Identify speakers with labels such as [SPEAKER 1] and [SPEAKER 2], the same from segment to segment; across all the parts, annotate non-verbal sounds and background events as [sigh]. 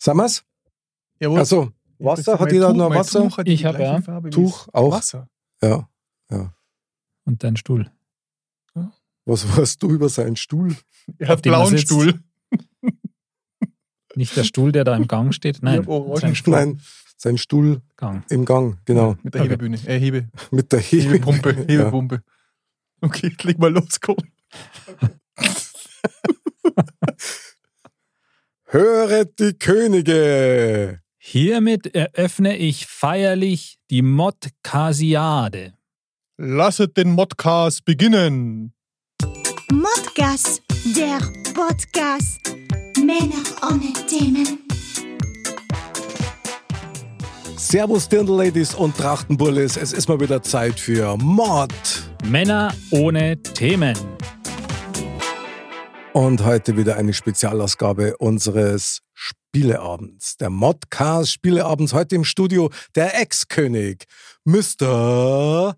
[SPEAKER 1] Sag mal's?
[SPEAKER 2] Jawohl.
[SPEAKER 1] Achso, Also Wasser? Hat jeder noch Wasser?
[SPEAKER 2] Tuch hat die
[SPEAKER 3] Ich hab,
[SPEAKER 2] gleiche
[SPEAKER 3] ja.
[SPEAKER 2] Farbe wie
[SPEAKER 1] Tuch
[SPEAKER 2] das
[SPEAKER 1] auch?
[SPEAKER 2] Wasser.
[SPEAKER 1] Ja.
[SPEAKER 3] Und dein Stuhl.
[SPEAKER 1] Was warst du über seinen Stuhl?
[SPEAKER 2] Er hat
[SPEAKER 3] dem er
[SPEAKER 2] blauen
[SPEAKER 3] sitzt.
[SPEAKER 2] Stuhl.
[SPEAKER 3] Nicht der Stuhl, der da im Gang steht.
[SPEAKER 2] Ich
[SPEAKER 3] Nein,
[SPEAKER 2] hab orangen
[SPEAKER 3] sein
[SPEAKER 2] Stuhl.
[SPEAKER 1] Nein, sein Stuhl
[SPEAKER 3] Gang.
[SPEAKER 1] im Gang, genau.
[SPEAKER 2] Mit der
[SPEAKER 3] Okay.
[SPEAKER 2] Hebebühne. Äh, Hebe.
[SPEAKER 1] Mit der [laughs] Hebe.
[SPEAKER 2] Hebepumpe. Hebepumpe. Okay, klick mal los, komm.
[SPEAKER 1] Höret die Könige!
[SPEAKER 3] Hiermit eröffne ich feierlich die Modkasiade.
[SPEAKER 2] Lasset den Modcast beginnen.
[SPEAKER 4] Modcast, der Podcast. Männer ohne Themen.
[SPEAKER 1] Servus Dirndl-Ladies und Trachtenbullis, es ist mal wieder Zeit für Mord.
[SPEAKER 3] Männer ohne Themen.
[SPEAKER 1] Und heute wieder eine Spezialausgabe unseres Spieleabends. Der Modcast Spieleabends heute im Studio der Ex-König, Mr.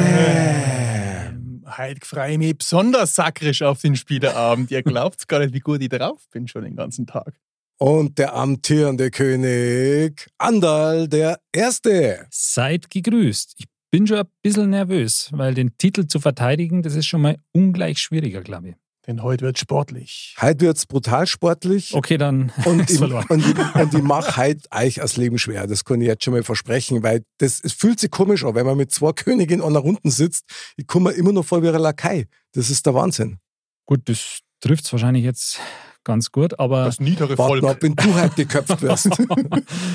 [SPEAKER 1] Bam.
[SPEAKER 2] Heute freue ich mich besonders sakrisch auf den Spieleabend. Ihr glaubt's gar nicht, wie gut ich drauf bin schon den ganzen Tag.
[SPEAKER 1] Und der amtierende König, Andal der Erste.
[SPEAKER 3] Seid gegrüßt. Ich bin schon ein bisschen nervös, weil den Titel zu verteidigen, das ist schon mal ungleich schwieriger, glaube ich.
[SPEAKER 2] Denn heute wird sportlich.
[SPEAKER 1] Heute wird's brutal sportlich.
[SPEAKER 3] Okay, dann
[SPEAKER 1] Und
[SPEAKER 3] Oh, ist
[SPEAKER 1] ich,
[SPEAKER 3] verloren.
[SPEAKER 1] und, ich, und ich mache halt euch das Leben schwer. Das kann ich jetzt schon mal versprechen, weil das es fühlt sich komisch an, wenn man mit zwei Königinnen an der Runden sitzt. Ich komme mir immer noch vor wie ein Lakai. Das ist der Wahnsinn.
[SPEAKER 3] Gut, das trifft es wahrscheinlich jetzt ganz gut, aber
[SPEAKER 2] Das niedere
[SPEAKER 1] Warte mal,
[SPEAKER 2] Volk.
[SPEAKER 1] wenn du halt geköpft
[SPEAKER 3] [laughs]
[SPEAKER 1] wirst.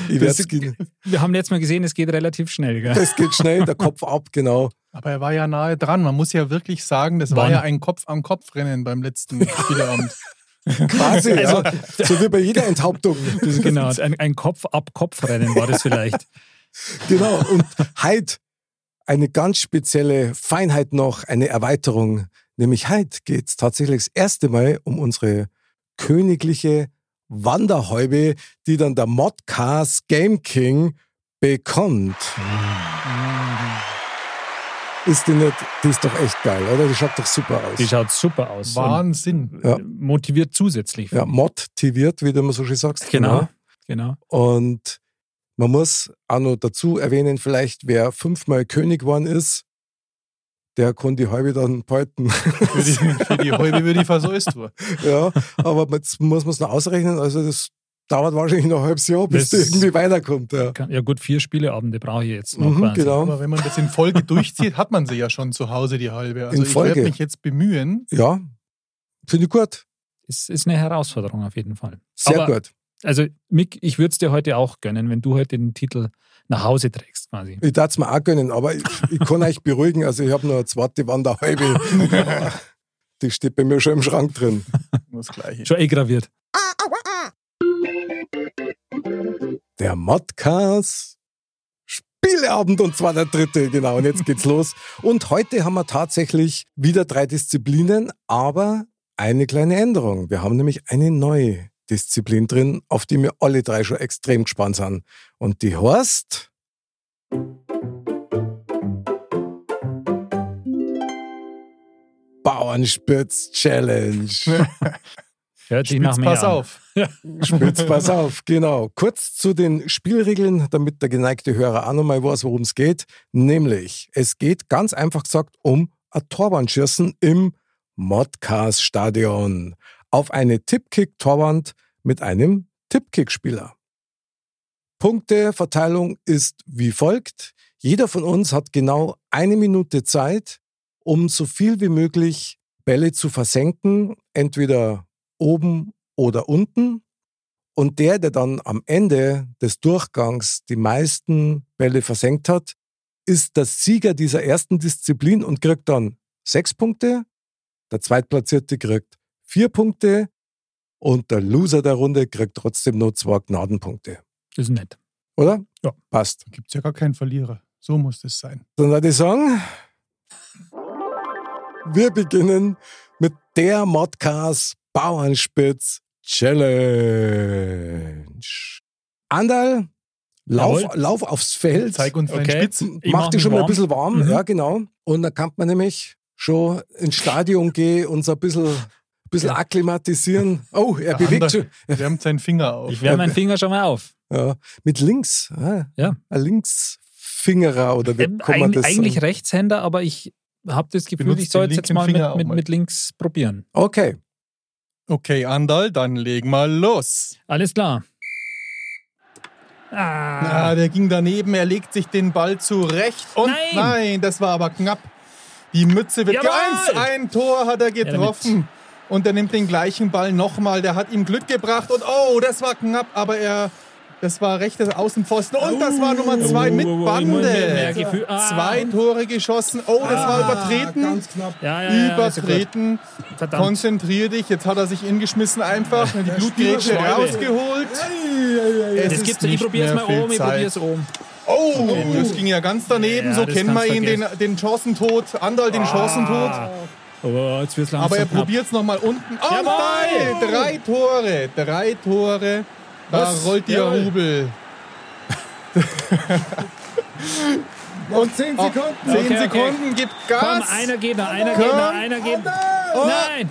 [SPEAKER 1] ich werd's,
[SPEAKER 3] Das-
[SPEAKER 1] ge-
[SPEAKER 3] wir haben letztes Mal gesehen, es geht relativ
[SPEAKER 1] [laughs]
[SPEAKER 3] schnell. Gell?
[SPEAKER 1] das geht schnell, der Kopf ab,
[SPEAKER 3] [laughs]
[SPEAKER 1] genau.
[SPEAKER 2] Aber er war ja nahe dran. Man muss ja wirklich sagen, das war
[SPEAKER 3] Wann?
[SPEAKER 2] ja ein Kopf-an-Kopf-Rennen beim
[SPEAKER 1] [laughs]
[SPEAKER 2] letzten Spieleabend.
[SPEAKER 1] Quasi, ja. So wie bei jeder Enthauptung.
[SPEAKER 3] Also Das- Genau, ein, ein Kopf-ab-Kopf-Rennen war das vielleicht.
[SPEAKER 1] Genau. Und heute eine ganz spezielle Feinheit noch, eine Erweiterung. Nämlich heute geht es tatsächlich das erste Mal um unsere königliche Wanderhäube, die dann der Modcast Game King bekommt. Ist die nicht, die ist doch echt geil, oder? Die schaut doch super
[SPEAKER 3] Die
[SPEAKER 1] aus.
[SPEAKER 3] schaut super aus. und
[SPEAKER 2] Wahnsinn.
[SPEAKER 1] Ja.
[SPEAKER 3] Motiviert zusätzlich.
[SPEAKER 1] Ja, modtiviert, wie du immer so schön sagst.
[SPEAKER 3] Genau. Genau.
[SPEAKER 1] Und man muss auch noch dazu erwähnen, vielleicht wer fünfmal König geworden ist, der kann die halbe dann beuten.
[SPEAKER 2] Für die, für die halbe würde ich versäust worden.
[SPEAKER 1] [laughs] ja, aber jetzt muss man es noch ausrechnen. Also das dauert wahrscheinlich noch ein halbes Jahr, bis
[SPEAKER 3] Das-
[SPEAKER 1] das irgendwie weiterkommt. Ja.
[SPEAKER 3] Kann- Ja gut, vier Spieleabende brauche ich jetzt noch.
[SPEAKER 1] Mhm,
[SPEAKER 3] quasi.
[SPEAKER 1] genau.
[SPEAKER 2] Aber wenn man das in Folge durchzieht, hat man sie ja schon zu Hause, die halbe. Also
[SPEAKER 1] In
[SPEAKER 2] ich
[SPEAKER 1] Folge.
[SPEAKER 2] werde mich jetzt bemühen.
[SPEAKER 1] Ja, finde ich gut.
[SPEAKER 3] Es ist eine Herausforderung auf jeden Fall.
[SPEAKER 1] Sehr
[SPEAKER 3] Aber-
[SPEAKER 1] gut.
[SPEAKER 3] Also Mick, ich würde es dir heute auch gönnen, wenn du heute den Titel nach Hause trägst quasi.
[SPEAKER 1] Ich darf es mir auch gönnen, aber ich, ich kann euch beruhigen. Also ich habe noch eine zweite Wanderhalbe.
[SPEAKER 3] [laughs]
[SPEAKER 1] die steht bei mir schon im Schrank drin.
[SPEAKER 2] Das Gleiche.
[SPEAKER 3] Schon eh graviert.
[SPEAKER 1] Der Modcast. Spieleabend und zwar der dritte, genau. Und jetzt geht's los. Und heute haben wir tatsächlich wieder drei Disziplinen, aber eine kleine Änderung. Wir haben nämlich eine neue Disziplin drin, auf die wir alle drei schon extrem gespannt sind. Und die heißt Bauernspitz Challenge.
[SPEAKER 3] Hört sich nach
[SPEAKER 2] Spitz,
[SPEAKER 3] mir
[SPEAKER 2] pass
[SPEAKER 3] an.
[SPEAKER 2] auf.
[SPEAKER 1] Spitz, pass auf, genau. Kurz zu den Spielregeln, damit der geneigte Hörer auch nochmal weiß, worum es geht. Nämlich, es geht ganz einfach gesagt um ein Torwandschießen im Modcast-Stadion. Auf eine Tippkick-Torwand mit einem Tippkick-Spieler. Punkteverteilung ist wie folgt. Jeder von uns hat genau eine Minute Zeit, um so viel wie möglich Bälle zu versenken, entweder oben oder unten. Und der, der dann am Ende des Durchgangs die meisten Bälle versenkt hat, ist der Sieger dieser ersten Disziplin und kriegt dann sechs Punkte. Der Zweitplatzierte kriegt vier Punkte. Und der Loser der Runde kriegt trotzdem nur zwei Gnadenpunkte.
[SPEAKER 3] Ist nett.
[SPEAKER 1] Oder?
[SPEAKER 3] Ja.
[SPEAKER 1] Passt.
[SPEAKER 2] Gibt es ja gar keinen Verlierer. So muss das sein.
[SPEAKER 1] Dann würde ich sagen, wir beginnen mit der Modcast Bauernspitz Challenge. Andal, lauf,
[SPEAKER 3] Jawohl.
[SPEAKER 1] lauf aufs Feld.
[SPEAKER 2] Zeig uns deinen
[SPEAKER 3] Okay.
[SPEAKER 2] Spitz.
[SPEAKER 3] Ich
[SPEAKER 1] mach
[SPEAKER 3] mach
[SPEAKER 1] dich
[SPEAKER 3] mich
[SPEAKER 1] schon mal ein
[SPEAKER 3] warm.
[SPEAKER 1] bisschen warm.
[SPEAKER 3] Mhm.
[SPEAKER 1] Ja, genau. Und dann kann man nämlich schon ins Stadion gehen und so ein bisschen, ein bisschen akklimatisieren. Oh, er bewegt schon.
[SPEAKER 2] Er wärmt seinen Finger auf. [laughs]
[SPEAKER 3] Ich wärme meinen Finger schon mal auf.
[SPEAKER 1] Ja, mit links. Ah,
[SPEAKER 3] Ja.
[SPEAKER 1] Ein Linksfingerer oder wie
[SPEAKER 3] Ähm,
[SPEAKER 1] kann man
[SPEAKER 3] eig-
[SPEAKER 1] das
[SPEAKER 3] eigentlich
[SPEAKER 1] sagen?
[SPEAKER 3] Rechtshänder, aber ich habe das Gefühl,
[SPEAKER 2] Benutzt
[SPEAKER 3] ich soll
[SPEAKER 2] den
[SPEAKER 3] es jetzt
[SPEAKER 2] linken
[SPEAKER 3] mal
[SPEAKER 2] Finger
[SPEAKER 3] mit,
[SPEAKER 2] auch
[SPEAKER 3] mit,
[SPEAKER 2] mal.
[SPEAKER 3] mit links probieren.
[SPEAKER 1] Okay.
[SPEAKER 2] Okay, Andal, dann leg mal los.
[SPEAKER 3] Alles klar.
[SPEAKER 2] Ah,
[SPEAKER 3] Ah,
[SPEAKER 2] der ging daneben, er legt sich den Ball zurecht und
[SPEAKER 3] Nein!
[SPEAKER 2] nein das war aber knapp. Die Mütze wird
[SPEAKER 3] Jawohl!
[SPEAKER 2] eins, ein Tor hat er getroffen. Und er nimmt den gleichen Ball nochmal, der hat ihm Glück gebracht und oh, das war knapp, aber er, das war rechtes Außenpfosten und das war Nummer zwei
[SPEAKER 3] Oh,
[SPEAKER 2] mit
[SPEAKER 3] oh, oh, oh, immer mehr- mehr
[SPEAKER 2] Bande.
[SPEAKER 3] Gefühl. Ah.
[SPEAKER 2] Zwei Tore geschossen, oh, das war übertreten.
[SPEAKER 1] Ganz knapp.
[SPEAKER 3] ja, ja, ja, ist ja gut.
[SPEAKER 2] Übertreten.
[SPEAKER 3] Verdammt.
[SPEAKER 2] Konzentrier dich. Jetzt hat er sich ingeschmissen einfach. Die Blutgrätsche
[SPEAKER 3] Schwalbe.
[SPEAKER 2] rausgeholt. Es
[SPEAKER 3] das
[SPEAKER 2] ist
[SPEAKER 3] gibt's, ich
[SPEAKER 2] nicht
[SPEAKER 3] probier's
[SPEAKER 2] mehr
[SPEAKER 3] mal
[SPEAKER 2] viel
[SPEAKER 3] oben, ich
[SPEAKER 2] Zeit.
[SPEAKER 3] probier's oben.
[SPEAKER 2] Oh, das ging ja ganz daneben.
[SPEAKER 3] Ja,
[SPEAKER 2] so
[SPEAKER 3] das
[SPEAKER 2] kennen wir
[SPEAKER 3] kannst
[SPEAKER 2] ihn, den,
[SPEAKER 3] vergessen.
[SPEAKER 2] den Chancentod. Andal den Chancentod.
[SPEAKER 3] Oh, jetzt wird's langsam
[SPEAKER 2] Aber er
[SPEAKER 3] knapp.
[SPEAKER 2] probiert es nochmal unten. Oh
[SPEAKER 3] Jawohl!
[SPEAKER 2] nein! Drei Tore. Drei Tore. Da
[SPEAKER 3] Was?
[SPEAKER 2] rollt der
[SPEAKER 3] Jawohl. [laughs]
[SPEAKER 2] Rubel. Und 10 Sekunden. 10
[SPEAKER 3] Oh. Okay, okay.
[SPEAKER 2] Sekunden. Gibt Gas.
[SPEAKER 3] Komm, einer geht noch, einer
[SPEAKER 2] Komm.
[SPEAKER 3] geht noch, einer geht noch.
[SPEAKER 2] Oh,
[SPEAKER 3] Nein,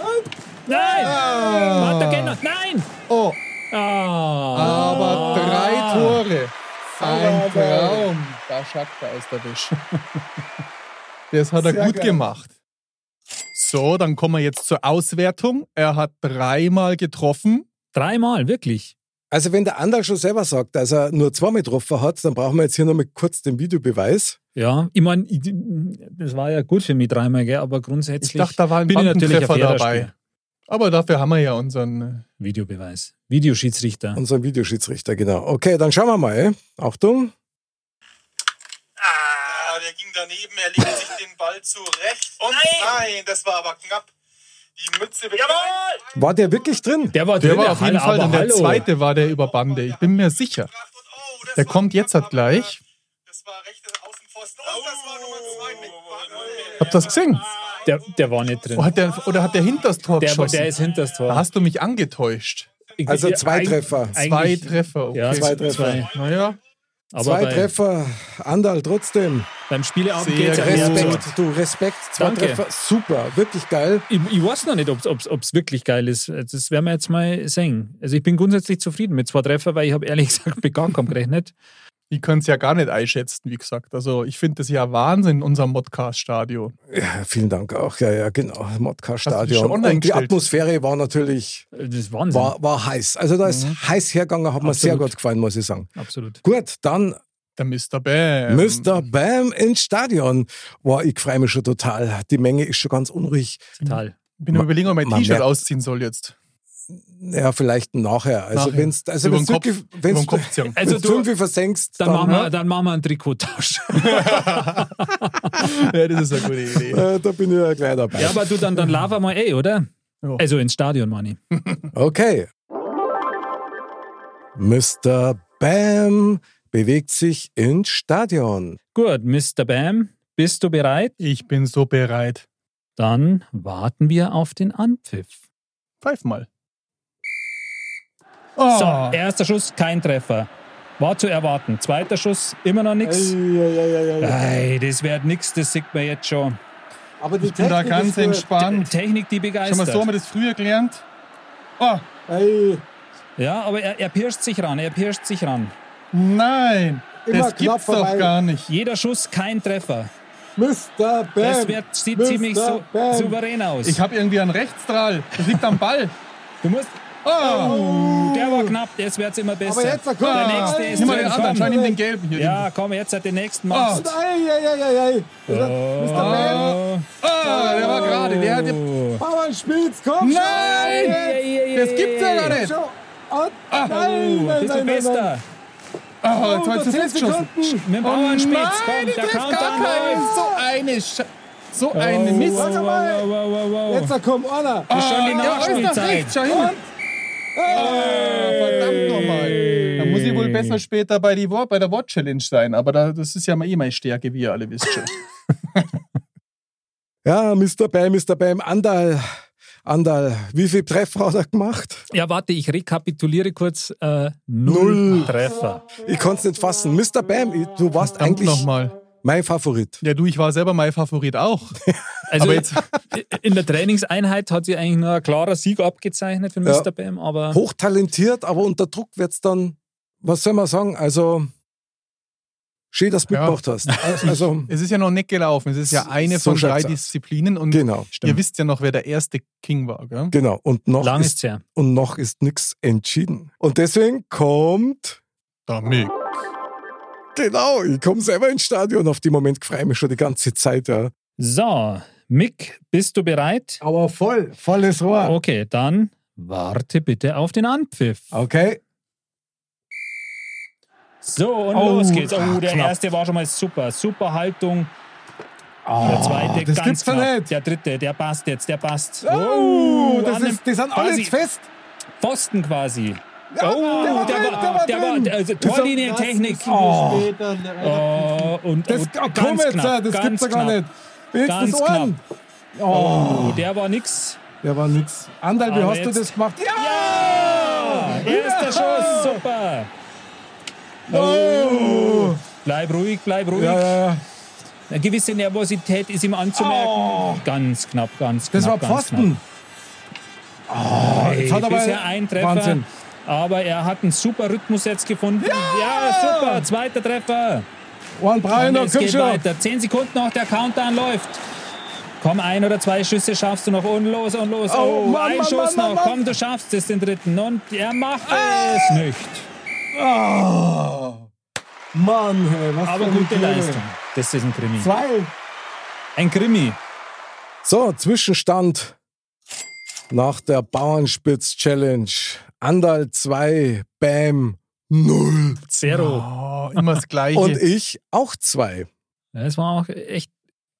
[SPEAKER 2] Und,
[SPEAKER 3] nein,
[SPEAKER 2] Ah.
[SPEAKER 3] Warte, geht noch. nein.
[SPEAKER 2] oh,
[SPEAKER 3] Ah.
[SPEAKER 2] Aber drei Tore. Ein Traum. Da schackt er aus der Wäsche. Das hat er gut gemacht. So, dann kommen wir jetzt zur Auswertung. Er hat dreimal getroffen.
[SPEAKER 3] Dreimal, wirklich.
[SPEAKER 1] Also wenn der Andal schon selber sagt, dass er nur zweimal getroffen hat, dann brauchen wir jetzt hier nochmal kurz den Videobeweis.
[SPEAKER 3] Ja, ich meine, ich- das war ja gut für mich dreimal, gell? aber grundsätzlich
[SPEAKER 2] Ich dachte, da war ein
[SPEAKER 3] bin ich natürlich ein
[SPEAKER 2] Bandentreffer
[SPEAKER 3] fairer
[SPEAKER 2] dabei.
[SPEAKER 3] Spieler.
[SPEAKER 2] Aber dafür haben wir ja unseren.
[SPEAKER 3] Videobeweis. Videoschiedsrichter.
[SPEAKER 1] Unseren Videoschiedsrichter, genau. Okay, dann schauen wir mal. eh. Achtung.
[SPEAKER 2] Ah, der ging daneben. Er legt sich den Ball zurecht. Und nein, das war aber knapp. Die Mütze wird. Jawohl!
[SPEAKER 1] War der wirklich drin?
[SPEAKER 3] Der war,
[SPEAKER 2] Der
[SPEAKER 3] drin,
[SPEAKER 2] war auf jeden
[SPEAKER 3] Hall-
[SPEAKER 2] Fall
[SPEAKER 3] aber
[SPEAKER 2] dann der
[SPEAKER 3] hallo.
[SPEAKER 2] zweite, war der über Bande. Ich bin mir sicher. Der kommt jetzt halt gleich. Habt ihr das gesehen?
[SPEAKER 3] Der, der war nicht drin.
[SPEAKER 2] Oh, hat der, oder hat der hinter das Tor
[SPEAKER 3] Der,
[SPEAKER 2] geschossen?
[SPEAKER 3] der ist hinter das
[SPEAKER 2] da
[SPEAKER 3] Tor.
[SPEAKER 2] hast du mich angetäuscht.
[SPEAKER 3] Ich-
[SPEAKER 1] Also
[SPEAKER 3] ich-
[SPEAKER 1] zwei
[SPEAKER 3] eig-
[SPEAKER 1] Treffer.
[SPEAKER 2] Zwei
[SPEAKER 3] eigentlich-
[SPEAKER 2] Treffer, okay.
[SPEAKER 3] Ja,
[SPEAKER 1] Zwei
[SPEAKER 3] zwei
[SPEAKER 1] Treffer.
[SPEAKER 3] Treffer. Zwei.
[SPEAKER 2] Naja,
[SPEAKER 3] Aber
[SPEAKER 1] Zwei
[SPEAKER 3] bei,
[SPEAKER 1] Treffer. Andal trotzdem.
[SPEAKER 3] beim Spieleabend
[SPEAKER 2] Sehr
[SPEAKER 3] geht es ja mehr
[SPEAKER 2] gut.
[SPEAKER 3] so.
[SPEAKER 1] Respekt, du Respekt. Zwei
[SPEAKER 3] Danke.
[SPEAKER 1] Treffer. Super, wirklich geil.
[SPEAKER 3] Ich, ich weiß noch nicht, ob es wirklich geil ist. Das werden wir jetzt mal sehen. Also ich bin grundsätzlich zufrieden mit zwei Treffer, weil ich habe ehrlich [laughs] gesagt mit gar keinem gerechnet.
[SPEAKER 2] ich kann es ja gar nicht einschätzen, wie gesagt. Also ich finde das ja Wahnsinn in unserem Modcast-Stadion.
[SPEAKER 1] Ja, Ah, vielen Dank auch. Ja, ja, genau.
[SPEAKER 2] Hast du dich schon
[SPEAKER 1] Modcast-Stadion.
[SPEAKER 2] online
[SPEAKER 1] Und die
[SPEAKER 2] gestellt?
[SPEAKER 1] Atmosphäre war natürlich
[SPEAKER 3] Das ist Wahnsinn.
[SPEAKER 1] war, war heiß. Also da ist heiß hergegangen, hat mir sehr
[SPEAKER 3] Mhm. Absolut.
[SPEAKER 1] gut gefallen, muss ich sagen.
[SPEAKER 3] Absolut.
[SPEAKER 1] Gut, dann
[SPEAKER 2] Der Mr. Bam.
[SPEAKER 3] Ähm,
[SPEAKER 1] Mr. Bam ins Stadion. Boah, ich freue mich schon total. Die Menge ist schon ganz unruhig.
[SPEAKER 3] Total.
[SPEAKER 2] Ich bin am überlegen, ob mein
[SPEAKER 1] Man
[SPEAKER 2] T-Shirt
[SPEAKER 1] merkt-
[SPEAKER 2] ausziehen soll jetzt.
[SPEAKER 1] Ja, vielleicht nachher. Also
[SPEAKER 2] Nachher.
[SPEAKER 1] wenn es also
[SPEAKER 2] Über
[SPEAKER 1] wenn's
[SPEAKER 2] den Kopf,
[SPEAKER 1] wirklich,
[SPEAKER 2] über
[SPEAKER 1] wenn's, [laughs]
[SPEAKER 2] den Kopf ziehen.
[SPEAKER 3] Also
[SPEAKER 1] wenn's
[SPEAKER 3] du-
[SPEAKER 1] irgendwie versenkst,
[SPEAKER 3] Dann, machen wir,
[SPEAKER 2] ne?
[SPEAKER 1] dann,
[SPEAKER 3] dann machen wir
[SPEAKER 2] [laughs]
[SPEAKER 3] einen Trikottausch.
[SPEAKER 2] ja, das ist eine gute
[SPEAKER 1] [laughs]
[SPEAKER 2] Idee.
[SPEAKER 1] äh, da bin ich ja gleich dabei.
[SPEAKER 3] ja, aber du, dann, dann lava mal eh, oder?
[SPEAKER 2] Ja.
[SPEAKER 3] Also ins Stadion, Manni.
[SPEAKER 1] Okay. Mr. Bam bewegt sich ins Stadion.
[SPEAKER 3] Gut, Mr. Bam, bist du bereit?
[SPEAKER 2] Ich bin so bereit.
[SPEAKER 3] Dann warten wir auf den Anpfiff.
[SPEAKER 2] Pfeif mal. Oh.
[SPEAKER 3] So, erster Schuss, kein Treffer. War zu erwarten. Zweiter Schuss, immer noch nichts. Ei, das wird nichts, das sieht man jetzt schon.
[SPEAKER 1] Aber die
[SPEAKER 2] ich bin da ganz entspannt.
[SPEAKER 3] Technik, die
[SPEAKER 2] Schon mal
[SPEAKER 3] begeistert.
[SPEAKER 2] so haben wir das früher gelernt. Oh,
[SPEAKER 3] Ja, aber er, er pirscht sich ran, er pirscht sich ran.
[SPEAKER 2] nein.
[SPEAKER 1] Immer
[SPEAKER 2] das
[SPEAKER 1] knapp
[SPEAKER 2] gibt's doch
[SPEAKER 1] vorbei.
[SPEAKER 2] gar nicht.
[SPEAKER 3] Jeder Schuss, kein Treffer.
[SPEAKER 1] Mr. Bam.
[SPEAKER 3] Das wird, sieht
[SPEAKER 1] Mr.
[SPEAKER 3] ziemlich so,
[SPEAKER 1] Bam.
[SPEAKER 3] souverän aus.
[SPEAKER 2] Ich habe irgendwie einen Rechtsstrahl. Das liegt
[SPEAKER 1] [laughs]
[SPEAKER 2] am Ball.
[SPEAKER 3] du musst,
[SPEAKER 2] Oh.
[SPEAKER 3] der war knapp, jetzt wird's immer besser.
[SPEAKER 1] Aber jetzt, komm.
[SPEAKER 3] der
[SPEAKER 2] Ah,
[SPEAKER 3] nächste ist
[SPEAKER 2] nimm mal
[SPEAKER 3] drin,
[SPEAKER 2] den anderen,
[SPEAKER 3] komm.
[SPEAKER 2] schau nimm den gelben hier.
[SPEAKER 3] Ja, komm, jetzt hat den nächsten Mast.
[SPEAKER 1] Mr.
[SPEAKER 3] Bam.
[SPEAKER 2] Ah, der war gerade. Der hat den-
[SPEAKER 3] Oh.
[SPEAKER 1] Bauern spielt's, komm!
[SPEAKER 2] Nein! Das gibt's ja gar nicht.
[SPEAKER 1] Ah,
[SPEAKER 5] oh,
[SPEAKER 1] nein, nein,
[SPEAKER 3] Bist du bester?
[SPEAKER 2] Ah, jetzt war zu fest geschossen.
[SPEAKER 3] Mit
[SPEAKER 2] Oh,
[SPEAKER 3] dem Bauernspitz, Oh, komm,
[SPEAKER 2] die
[SPEAKER 3] der
[SPEAKER 2] trifft
[SPEAKER 3] Countdown
[SPEAKER 2] gar keinen.
[SPEAKER 3] läuft.
[SPEAKER 2] So eine Sch
[SPEAKER 1] Oh.
[SPEAKER 2] So eine Mist.
[SPEAKER 3] Wow,
[SPEAKER 1] Sag mal.
[SPEAKER 3] wow, wow, wow, wow.
[SPEAKER 1] kommt einer!
[SPEAKER 2] Ah,
[SPEAKER 3] schon die
[SPEAKER 2] der äußerst
[SPEAKER 3] Nachspielzeit.
[SPEAKER 2] rechts, Schau hin. Ah, verdammt nochmal. Da muss ich wohl besser später bei, die, Wort- bei der Wort-Challenge sein. Aber da, das ist ja mal eh meine Stärke, wie ihr alle wisst schon.
[SPEAKER 1] Ja, Mr. Bam, Mr. Bam, Andal. Andal, wie viel Treffer hat er gemacht?
[SPEAKER 3] Ja, warte, ich rekapituliere kurz. Äh, null,
[SPEAKER 1] Null.
[SPEAKER 3] Treffer.
[SPEAKER 1] Ich konnte es nicht fassen. Mr. Bam, ich- du warst
[SPEAKER 2] Verdammt
[SPEAKER 1] eigentlich
[SPEAKER 2] nochmal.
[SPEAKER 1] Mein Favorit.
[SPEAKER 2] Ja, du, ich war selber mein Favorit
[SPEAKER 1] [laughs]
[SPEAKER 2] auch.
[SPEAKER 3] Also
[SPEAKER 2] Aber jetzt,
[SPEAKER 3] in der Trainingseinheit hat sich eigentlich nur ein klarer Sieg abgezeichnet für
[SPEAKER 1] Ja.
[SPEAKER 3] Mr. Bam, aber
[SPEAKER 1] Hochtalentiert, aber unter Druck wird es dann, was soll man sagen, also schön, dass du
[SPEAKER 2] Ja.
[SPEAKER 1] mitgemacht
[SPEAKER 3] [laughs]
[SPEAKER 1] hast. Also,
[SPEAKER 2] es ist ja noch nicht gelaufen. Es ist ja eine
[SPEAKER 1] So
[SPEAKER 2] von drei
[SPEAKER 1] schaut's aus.
[SPEAKER 2] Disziplinen und
[SPEAKER 1] genau,
[SPEAKER 2] ihr wisst ja noch, wer der erste King war, gell?
[SPEAKER 1] genau. Und noch
[SPEAKER 3] lang
[SPEAKER 1] ist
[SPEAKER 3] ist her.
[SPEAKER 1] und noch ist nichts entschieden. Und deswegen kommt.
[SPEAKER 2] Damit.
[SPEAKER 1] Genau, ich komme selber ins Stadion. Auf den Moment freue ich mich schon die ganze Zeit. Ja.
[SPEAKER 3] So, Mick, bist du bereit?
[SPEAKER 5] Aber voll, volles Rohr.
[SPEAKER 3] Okay, dann warte bitte auf den Anpfiff.
[SPEAKER 5] Okay.
[SPEAKER 3] So, und
[SPEAKER 5] Oh,
[SPEAKER 3] los geht's. Oh, der
[SPEAKER 5] knapp.
[SPEAKER 3] erste war schon mal super. Super Haltung. Ah, der zweite
[SPEAKER 5] Oh, das
[SPEAKER 3] ganz
[SPEAKER 5] gibt's doch
[SPEAKER 3] knapp.
[SPEAKER 5] nicht.
[SPEAKER 3] Der dritte, der passt jetzt, der passt.
[SPEAKER 5] Oh, das
[SPEAKER 3] an dem
[SPEAKER 5] ist, die sind alle
[SPEAKER 3] quasi
[SPEAKER 5] jetzt fest.
[SPEAKER 3] Pfosten quasi.
[SPEAKER 5] Ja,
[SPEAKER 3] oh,
[SPEAKER 5] der war
[SPEAKER 3] der
[SPEAKER 5] drin,
[SPEAKER 3] war,
[SPEAKER 5] der war
[SPEAKER 3] der war,
[SPEAKER 5] drin.
[SPEAKER 3] also
[SPEAKER 5] Ist doch-
[SPEAKER 3] Torlinientechnik.
[SPEAKER 5] Oh.
[SPEAKER 3] Oh, und
[SPEAKER 5] Das,
[SPEAKER 3] oh,
[SPEAKER 5] oh,
[SPEAKER 3] ganz
[SPEAKER 5] komm jetzt,
[SPEAKER 3] knapp,
[SPEAKER 5] das
[SPEAKER 3] ganz
[SPEAKER 5] gibt's doch gar
[SPEAKER 3] knapp.
[SPEAKER 5] nicht. Wenigstens
[SPEAKER 3] Ganz
[SPEAKER 5] einen. Oh,
[SPEAKER 3] Oh, der war nix.
[SPEAKER 5] der war nix. Anderl, wie
[SPEAKER 3] Aber
[SPEAKER 5] hast du
[SPEAKER 3] jetzt-
[SPEAKER 5] das gemacht?
[SPEAKER 3] Ja!
[SPEAKER 5] Ja!
[SPEAKER 3] [laughs] Erster Schuss, super.
[SPEAKER 5] Oh!
[SPEAKER 3] Bleib ruhig, bleib ruhig.
[SPEAKER 5] Ja, ja, ja.
[SPEAKER 3] Eine gewisse Nervosität ist ihm anzumerken. Ganz knapp, ganz knapp.
[SPEAKER 5] Oh. Das war
[SPEAKER 3] ganz
[SPEAKER 5] Pfosten.
[SPEAKER 1] Ah,
[SPEAKER 3] Knapp. Hey,
[SPEAKER 5] Jetzt hat er aber-
[SPEAKER 3] bisher ein Treffer.
[SPEAKER 5] Wahnsinn.
[SPEAKER 3] Aber er hat einen super Rhythmus jetzt gefunden. Ja, super. Zweiter Treffer.
[SPEAKER 5] One
[SPEAKER 3] Und
[SPEAKER 5] Breiner,
[SPEAKER 3] es
[SPEAKER 5] komm
[SPEAKER 3] geht
[SPEAKER 5] schon.
[SPEAKER 3] weiter. Zehn Sekunden noch, der Countdown läuft. Komm, ein oder zwei Schüsse schaffst du noch. Und los, und los.
[SPEAKER 5] Oh,
[SPEAKER 3] Oh,
[SPEAKER 5] Mann,
[SPEAKER 3] ein
[SPEAKER 5] Mann,
[SPEAKER 3] Schuss noch.
[SPEAKER 5] Mann, Mann, Mann.
[SPEAKER 3] Komm, du schaffst es, den dritten. Und er macht es nicht.
[SPEAKER 5] Oh. Mann, hey, was
[SPEAKER 3] Aber
[SPEAKER 5] für eine
[SPEAKER 3] gute
[SPEAKER 5] Idee.
[SPEAKER 3] Leistung. Das ist ein Krimi.
[SPEAKER 5] Zwei.
[SPEAKER 3] Ein Krimi.
[SPEAKER 1] So, Zwischenstand nach der Bauernspitz-Challenge. Andal 2, Bam 0.
[SPEAKER 3] Zero.
[SPEAKER 2] Oh, immer das Gleiche.
[SPEAKER 1] Ah. Und ich auch zwei.
[SPEAKER 3] Das war auch echt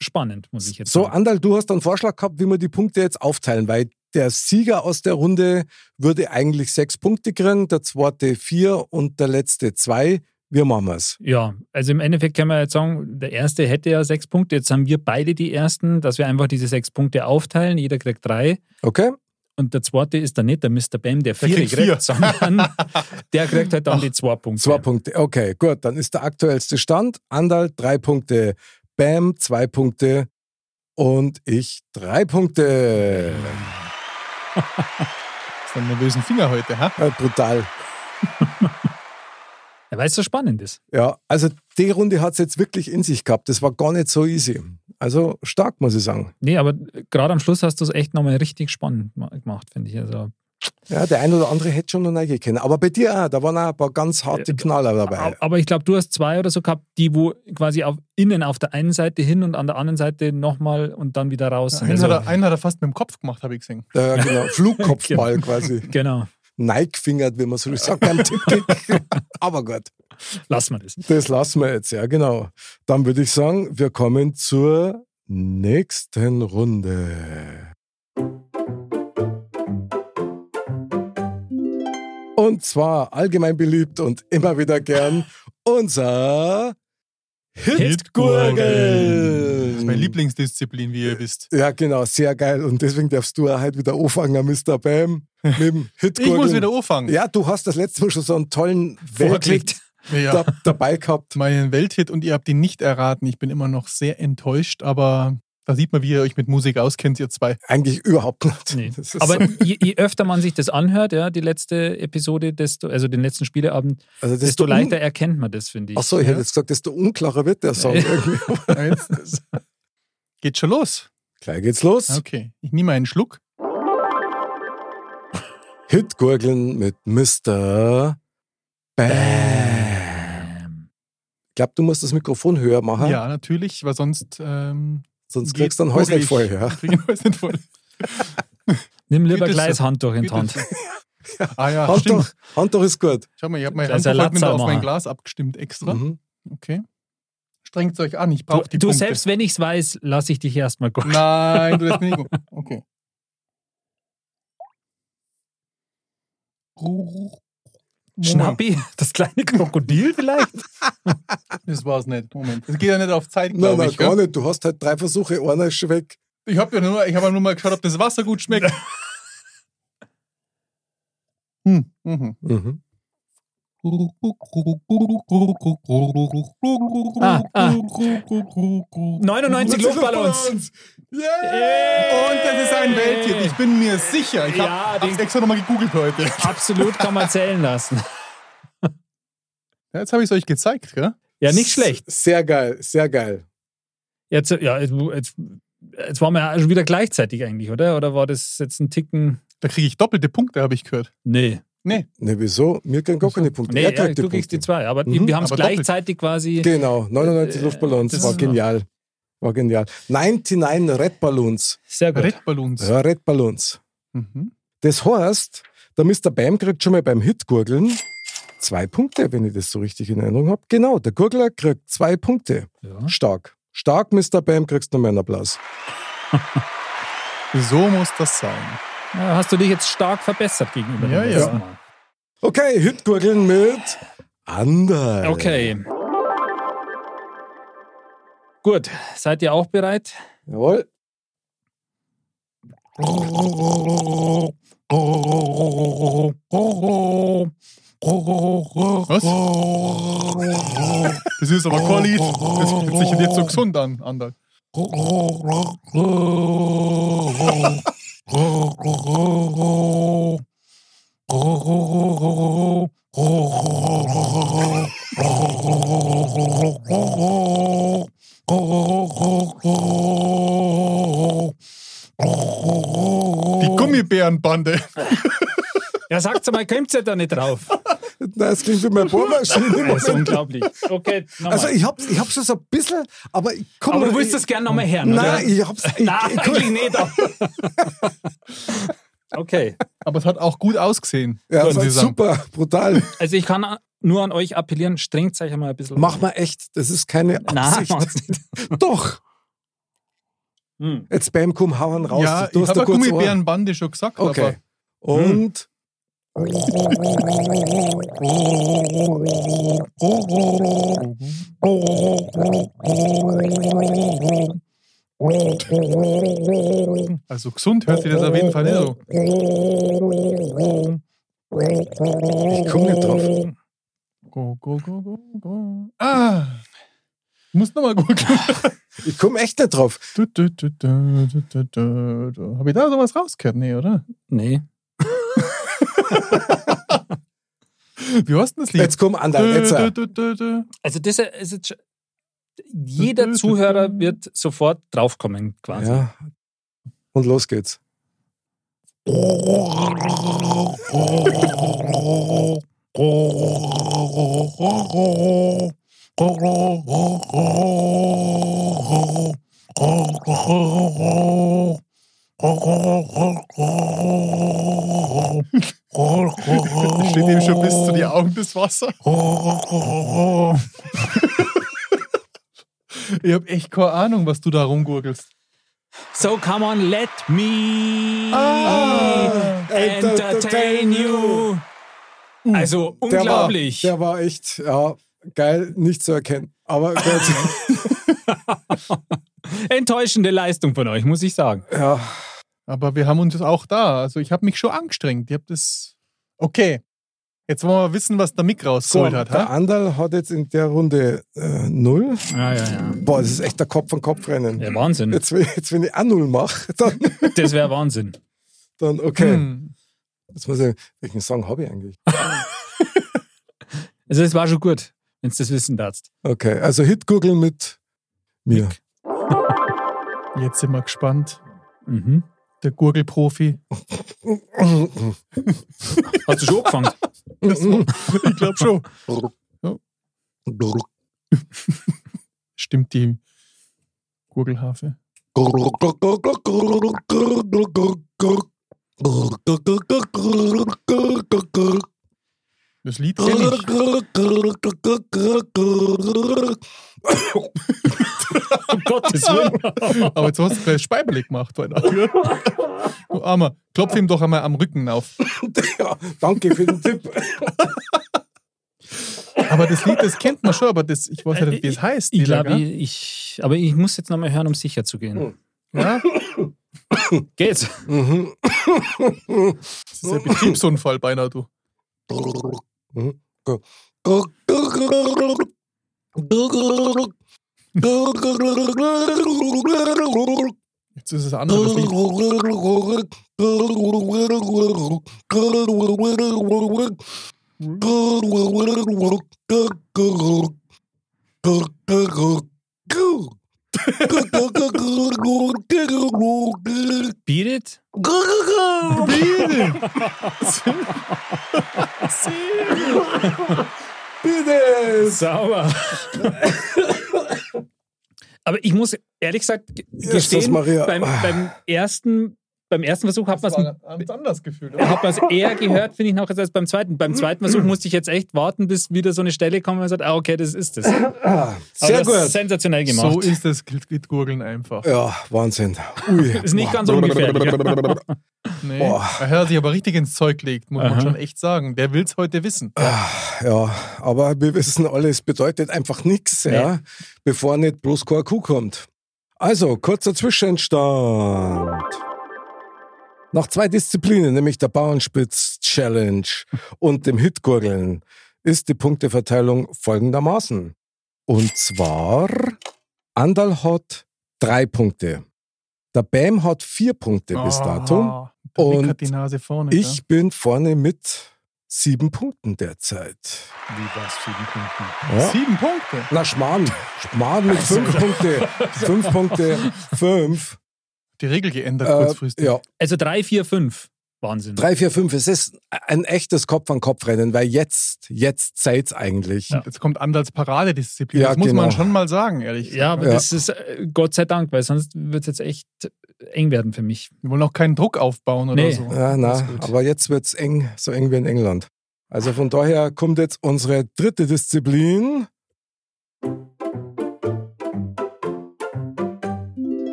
[SPEAKER 3] spannend, muss ich jetzt
[SPEAKER 1] So,
[SPEAKER 3] sagen.
[SPEAKER 1] Andal, du hast einen Vorschlag gehabt, wie wir die Punkte jetzt aufteilen, weil der Sieger aus der Runde würde eigentlich sechs Punkte kriegen, der zweite vier und der letzte zwei. Wir machen es.
[SPEAKER 3] Ja, also im Endeffekt kann man jetzt sagen, der erste hätte ja sechs Punkte. Jetzt haben wir beide die ersten, dass wir einfach diese sechs Punkte aufteilen. Jeder kriegt drei.
[SPEAKER 1] Okay?
[SPEAKER 3] Und der zweite ist dann nicht der Mr. Bam, der vier
[SPEAKER 2] kriegt
[SPEAKER 3] kriegt,
[SPEAKER 2] vier.
[SPEAKER 3] sondern
[SPEAKER 1] [laughs]
[SPEAKER 3] der kriegt halt dann die zwei Punkte.
[SPEAKER 1] Zwei Punkte. Okay, gut. Dann ist der aktuellste Stand. Andal drei Punkte. Bam zwei Punkte. Und ich drei Punkte.
[SPEAKER 2] Hast einen nervösen Finger heute, ha?
[SPEAKER 1] Äh, brutal.
[SPEAKER 3] Ja, Weil es so spannend ist.
[SPEAKER 1] Ja, also die Runde hat es jetzt wirklich in sich gehabt. Das war gar nicht so easy. Also stark, muss ich sagen.
[SPEAKER 3] Nee, aber gerade am Schluss hast du es echt nochmal richtig spannend ma- gemacht, finde ich. Also,
[SPEAKER 1] Ja, der ein oder andere hätte schon noch neige kennen. Aber bei dir auch, da waren auch ein paar ganz harte
[SPEAKER 3] Ja,
[SPEAKER 1] Knaller dabei.
[SPEAKER 3] aber, aber ich glaube, du hast zwei oder so gehabt, die wo quasi auf innen auf der einen Seite hin und an der anderen Seite nochmal und dann wieder raus.
[SPEAKER 2] Einen,
[SPEAKER 3] Also,
[SPEAKER 2] hat er, einen hat er fast mit dem Kopf gemacht, habe ich gesehen.
[SPEAKER 1] Ja,
[SPEAKER 3] [laughs]
[SPEAKER 1] genau. Flugkopfball quasi.
[SPEAKER 3] genau,
[SPEAKER 1] Neigfingert, wie man so sagt, beim Tippkick.
[SPEAKER 3] [laughs]
[SPEAKER 1] Aber gut,
[SPEAKER 3] lassen wir das.
[SPEAKER 1] das lassen wir jetzt, ja, genau. Dann würde ich sagen, wir kommen zur nächsten Runde. Und zwar allgemein beliebt und immer wieder gern unser Hitgurgeln.
[SPEAKER 2] Das ist meine Lieblingsdisziplin, wie ihr wisst.
[SPEAKER 1] Ja, genau, sehr geil. Und deswegen darfst du ja heute wieder anfangen, Mr. Bam, mit dem hit
[SPEAKER 2] Ich muss wieder anfangen.
[SPEAKER 1] Ja, du hast das letzte Mal schon so einen tollen Welthit
[SPEAKER 2] Ja.
[SPEAKER 1] da, dabei gehabt.
[SPEAKER 2] meinen Welthit und ihr habt ihn nicht erraten. Ich bin immer noch sehr enttäuscht, aber da sieht man, wie ihr euch mit Musik auskennt, ihr
[SPEAKER 1] [laughs]
[SPEAKER 2] zwei.
[SPEAKER 1] Eigentlich überhaupt nicht.
[SPEAKER 3] Nee.
[SPEAKER 1] Das ist
[SPEAKER 3] Aber
[SPEAKER 1] so,
[SPEAKER 3] je, je öfter man sich das anhört, ja, die letzte Episode, desto, also den letzten Spieleabend,
[SPEAKER 1] also desto
[SPEAKER 3] desto
[SPEAKER 1] un-
[SPEAKER 3] leichter erkennt man das, finde ich.
[SPEAKER 1] Achso, ich hätte jetzt gesagt, desto unklarer wird der Song.
[SPEAKER 3] [laughs]
[SPEAKER 1] irgendwie.
[SPEAKER 2] Jetzt geht schon los.
[SPEAKER 1] Gleich geht's los.
[SPEAKER 2] Okay, ich nehme einen Schluck.
[SPEAKER 1] Hitgurgeln mit Mr. Bam.
[SPEAKER 3] Ähm,
[SPEAKER 1] Ich glaube, du musst das Mikrofon höher machen,
[SPEAKER 2] Ja, natürlich, weil sonst ähm,
[SPEAKER 1] sonst
[SPEAKER 2] geht-
[SPEAKER 1] kriegst du ein Häuschen
[SPEAKER 2] ich-
[SPEAKER 1] voll. Ja.
[SPEAKER 2] krieg ich ein
[SPEAKER 1] [laughs]
[SPEAKER 2] Häuschen voll.
[SPEAKER 3] Nimm lieber
[SPEAKER 2] Güte,
[SPEAKER 3] gleich
[SPEAKER 2] so.
[SPEAKER 3] Handtuch in die
[SPEAKER 2] Güte,
[SPEAKER 3] Hand.
[SPEAKER 2] Ah ja,
[SPEAKER 1] Hand,
[SPEAKER 2] stimmt.
[SPEAKER 1] doch, Hand doch ist gut.
[SPEAKER 2] Schau mal, ich habe mein
[SPEAKER 3] Das ist ein
[SPEAKER 2] Handtuch heute mit auf
[SPEAKER 3] Latzermacher.
[SPEAKER 2] mein Glas abgestimmt extra.
[SPEAKER 1] Mhm.
[SPEAKER 2] Okay. Strengt euch an, ich
[SPEAKER 3] Du,
[SPEAKER 2] brauche die
[SPEAKER 3] du
[SPEAKER 2] Punkte.
[SPEAKER 3] selbst, wenn ich es weiß, lasse ich dich erstmal gucken.
[SPEAKER 2] Nein, du lässt mich nicht gut. Okay.
[SPEAKER 3] Schnappi, das kleine Krokodil vielleicht?
[SPEAKER 2] Das war's nicht. Moment. Das geht ja nicht auf Zeit,
[SPEAKER 1] Nein,
[SPEAKER 2] glaube
[SPEAKER 1] nein,
[SPEAKER 2] ich.
[SPEAKER 1] gar
[SPEAKER 2] Gell?
[SPEAKER 1] nicht. Du hast halt drei Versuche, einer ist schon weg.
[SPEAKER 2] Ich habe ja nur, ich hab ja nur mal geschaut, ob das Wasser gut
[SPEAKER 1] [laughs]
[SPEAKER 2] schmeckt. hm. Mhm.
[SPEAKER 1] Mhm.
[SPEAKER 2] Ah,
[SPEAKER 6] ah.
[SPEAKER 3] 99 Luftballons.
[SPEAKER 2] Yeah. Und das ist ein Welthit. Ich bin mir sicher. Ich
[SPEAKER 3] Ja,
[SPEAKER 2] habe
[SPEAKER 3] den-
[SPEAKER 2] es extra nochmal gegoogelt heute.
[SPEAKER 3] Absolut kann man zählen lassen.
[SPEAKER 2] Ja, jetzt habe ich es euch gezeigt, gell?
[SPEAKER 3] Ja, nicht schlecht.
[SPEAKER 1] Sehr geil, sehr geil.
[SPEAKER 3] Jetzt, ja, jetzt, jetzt, jetzt waren wir ja schon wieder gleichzeitig eigentlich, oder? Oder war das jetzt ein Ticken?
[SPEAKER 2] Da kriege ich doppelte Punkte, habe ich gehört.
[SPEAKER 3] Nee.
[SPEAKER 1] Ne, wieso? Mir kriegen gar keine Punkte.
[SPEAKER 3] Nee,
[SPEAKER 1] er
[SPEAKER 3] ja,
[SPEAKER 1] kriegt
[SPEAKER 3] du
[SPEAKER 1] die
[SPEAKER 3] kriegst
[SPEAKER 1] Punkte.
[SPEAKER 3] die zwei. Aber
[SPEAKER 1] Mhm.
[SPEAKER 3] wir haben es
[SPEAKER 2] Aber doppelt.
[SPEAKER 3] gleichzeitig quasi.
[SPEAKER 1] Genau, 99
[SPEAKER 3] Äh,
[SPEAKER 1] Luftballons,
[SPEAKER 3] das
[SPEAKER 1] war
[SPEAKER 3] ist-
[SPEAKER 1] genial. War genial. 99 Red Balloons.
[SPEAKER 3] Sehr gut.
[SPEAKER 2] Red Balloons.
[SPEAKER 1] Ja, Red Balloons.
[SPEAKER 2] Mhm.
[SPEAKER 1] Das heißt, der Mr. Bam kriegt schon mal beim Hitgurgeln zwei Punkte, wenn ich das so richtig in Erinnerung habe. Genau, der Gurgler kriegt zwei Punkte.
[SPEAKER 3] Ja.
[SPEAKER 1] Stark. Stark, Mr. Bam, kriegst du meinen Applaus.
[SPEAKER 2] So muss das sein.
[SPEAKER 3] Ja, Hast du dich jetzt stark verbessert gegenüber
[SPEAKER 2] Ja,
[SPEAKER 3] dem
[SPEAKER 2] ja.
[SPEAKER 3] letzten Mal.
[SPEAKER 1] Okay, Hitgurgeln mit Anderl.
[SPEAKER 3] Okay. Gut, seid ihr auch bereit?
[SPEAKER 1] Jawohl.
[SPEAKER 2] Was? Das ist aber Collie. Das fühlt sich jetzt so gesund an, Andal. Die Gummibärenbande.
[SPEAKER 3] Ja, sagt's mal, kommt's ja da nicht drauf.
[SPEAKER 1] Das klingt wie meine Bohrmaschine.
[SPEAKER 3] [laughs] Das ist unglaublich. Okay, nochmal.
[SPEAKER 1] Also ich hab's, ich hab's schon so ein bisschen, aber ich komm
[SPEAKER 3] aber du
[SPEAKER 1] mal-
[SPEAKER 3] willst das gerne nochmal hören, oder?
[SPEAKER 1] Nein, ich hab's. Ich,
[SPEAKER 3] Nein, eigentlich nicht. [laughs] okay,
[SPEAKER 2] Aber es hat auch gut ausgesehen.
[SPEAKER 1] ja, das
[SPEAKER 2] würden Sie
[SPEAKER 1] war
[SPEAKER 2] sagen.
[SPEAKER 1] super, brutal.
[SPEAKER 3] also ich kann nur an euch appellieren, strengt euch mal ein bisschen.
[SPEAKER 1] Mach mal echt, das ist keine
[SPEAKER 3] Nein,
[SPEAKER 1] Absicht.
[SPEAKER 3] [laughs]
[SPEAKER 1] Doch.
[SPEAKER 3] Hm.
[SPEAKER 1] Jetzt Bam, komm, hauen raus.
[SPEAKER 2] Ja,
[SPEAKER 1] du
[SPEAKER 2] ich
[SPEAKER 1] hast da
[SPEAKER 2] habe
[SPEAKER 1] kurz
[SPEAKER 2] Gummibärenbande schon gesagt,
[SPEAKER 1] Ohr. Okay.
[SPEAKER 2] Hm.
[SPEAKER 1] Und
[SPEAKER 2] aber also gesund hört sich das auf jeden Fall nicht so.
[SPEAKER 1] ich komme nicht drauf.
[SPEAKER 2] Go, go, go, go, go. Ah! Muss nochmal gucken.
[SPEAKER 1] Ich komme echt nicht drauf.
[SPEAKER 2] Du, du, du, du, du, du, du, du. Hab ich da sowas rausgehört? Nee, oder?
[SPEAKER 3] Nee.
[SPEAKER 2] Wie heißt denn das Lied?
[SPEAKER 1] Jetzt komm, Andal,
[SPEAKER 2] Du,
[SPEAKER 1] jetzt. äh,
[SPEAKER 2] du, du, du.
[SPEAKER 3] Also das ist jetzt schon, jeder Zuhörer wird sofort draufkommen quasi.
[SPEAKER 1] Ja. Und los geht's.
[SPEAKER 2] Da Steht ihm schon bis zu die Augen das Wasser. Ich hab echt keine Ahnung, was du da rumgurgelst.
[SPEAKER 3] So come on, let me
[SPEAKER 2] Ah.
[SPEAKER 3] entertain you. Also
[SPEAKER 1] Der war,
[SPEAKER 3] unglaublich.
[SPEAKER 1] der war echt ja, geil, nicht zu erkennen. Aber
[SPEAKER 2] [laughs]
[SPEAKER 1] Gott,
[SPEAKER 3] Enttäuschende Leistung von euch, muss ich sagen.
[SPEAKER 1] ja,
[SPEAKER 2] Aber wir haben uns auch da. Also ich habe mich schon angestrengt. Ich habe das. Okay. Jetzt wollen wir mal wissen, was der Mick
[SPEAKER 1] so,
[SPEAKER 2] rausgeholt hat.
[SPEAKER 1] der
[SPEAKER 2] Ha?
[SPEAKER 1] Andal hat jetzt in der Runde äh, null.
[SPEAKER 3] Ja, ja, ja.
[SPEAKER 1] Boah, das ist echt der Kopf an Kopf rennen.
[SPEAKER 3] Ja, Wahnsinn.
[SPEAKER 1] Jetzt, wenn- jetzt, wenn ich auch null mache, [laughs] dann,
[SPEAKER 3] Das wäre Wahnsinn.
[SPEAKER 1] dann okay.
[SPEAKER 2] Hm.
[SPEAKER 1] Jetzt muss ich, welchen Song habe ich eigentlich?
[SPEAKER 3] Also es war schon gut, wenn du das wissen darfst.
[SPEAKER 1] Okay, also Hit-Google mit mir.
[SPEAKER 2] Jetzt sind wir gespannt.
[SPEAKER 3] Mhm.
[SPEAKER 2] Der Gurgelprofi.
[SPEAKER 3] Hast du schon angefangen?
[SPEAKER 2] Ich glaube schon. Stimmt die Gurgelhafe. Das Lied kenne ich.
[SPEAKER 3] Um Gottes Willen.
[SPEAKER 2] Aber jetzt hast du gleich Speiberle gemacht, Alter. Du Armer, klopf ihm doch einmal am Rücken auf.
[SPEAKER 1] [laughs] Ja, danke für den Tipp.
[SPEAKER 2] Aber das Lied, das kennt man schon, aber das, ich
[SPEAKER 1] Äh,
[SPEAKER 2] weiß ja nicht, wie es heißt.
[SPEAKER 3] Ich
[SPEAKER 2] Dieter,
[SPEAKER 3] glaube,
[SPEAKER 2] gell?
[SPEAKER 3] ich, ich, aber ich muss jetzt nochmal hören, um sicher zu gehen.
[SPEAKER 2] Ja?
[SPEAKER 3] Geht's?
[SPEAKER 1] Mhm.
[SPEAKER 2] Das ist ein Betriebsunfall beinahe, du. Jetzt ist es anderes Lied.
[SPEAKER 6] Beat it?
[SPEAKER 3] [laughs] Sauber. Aber ich muss ehrlich gesagt ge-
[SPEAKER 1] Jesus
[SPEAKER 3] gestehen,
[SPEAKER 1] Maria.
[SPEAKER 3] beim, beim, ersten, beim ersten Versuch hat man
[SPEAKER 2] Das
[SPEAKER 3] es
[SPEAKER 2] war ganz anders gefühlt. oder?
[SPEAKER 3] hat man es eher gehört, finde ich, noch als beim zweiten. Beim zweiten Versuch musste ich jetzt echt warten, bis wieder so eine Stelle kommt und man sagt, ah, okay, das ist es. Aber
[SPEAKER 1] Sehr
[SPEAKER 3] das ist
[SPEAKER 1] gut.
[SPEAKER 3] sensationell gemacht.
[SPEAKER 2] So ist das Gurgeln einfach.
[SPEAKER 1] Ja, Wahnsinn. Ui.
[SPEAKER 3] ist nicht ganz ungefährlich.
[SPEAKER 2] Nee.
[SPEAKER 1] Boah.
[SPEAKER 2] Er hat sich aber richtig ins Zeug gelegt, muss
[SPEAKER 3] Aha.
[SPEAKER 2] man schon echt sagen. Der will's heute wissen.
[SPEAKER 1] Äh, Ja, aber wir wissen alle, es bedeutet einfach nichts, ja, bevor nicht bloß kein Kuh kommt. Also, kurzer Zwischenstand. Nach zwei Disziplinen, nämlich der Bauernspitz-Challenge und dem Hitgurgeln, ist die Punkteverteilung folgendermaßen. Und zwar, Andal hat drei Punkte. Der Bam hat vier Punkte bis
[SPEAKER 3] Ah.
[SPEAKER 1] dato.
[SPEAKER 2] Der Mick hat
[SPEAKER 1] Und
[SPEAKER 2] die Nase vorne.
[SPEAKER 1] Ich bin vorne mit sieben Punkten derzeit.
[SPEAKER 6] Wie war's, sieben Punkten?
[SPEAKER 2] gell?
[SPEAKER 1] Ja.
[SPEAKER 2] Sieben Punkte.
[SPEAKER 1] Na, Schmarrn. Schmarrn mit fünf Punkte. Fünf Punkte. Fünf.
[SPEAKER 2] Die Regel geändert
[SPEAKER 1] Äh,
[SPEAKER 2] kurzfristig.
[SPEAKER 1] ja,
[SPEAKER 3] Also drei, vier, fünf. Wahnsinn.
[SPEAKER 1] drei, vier, fünf. Es ist ein echtes Kopf-an-Kopf-Rennen, weil jetzt, jetzt seid's eigentlich.
[SPEAKER 3] Ja.
[SPEAKER 2] Jetzt kommt Andals Paradedisziplin.
[SPEAKER 1] Ja,
[SPEAKER 2] das muss man
[SPEAKER 1] genau.
[SPEAKER 2] schon mal sagen, ehrlich.
[SPEAKER 3] Ja, aber
[SPEAKER 1] Ja.
[SPEAKER 3] das ist äh, Gott sei Dank, weil sonst wird es jetzt echt eng werden für mich.
[SPEAKER 2] Wir wollen auch keinen Druck aufbauen oder
[SPEAKER 3] Nee.
[SPEAKER 2] so.
[SPEAKER 1] Ja, na,
[SPEAKER 2] Alles gut.
[SPEAKER 1] aber jetzt wird's eng, so eng wie in England. Also von daher kommt jetzt unsere dritte Disziplin.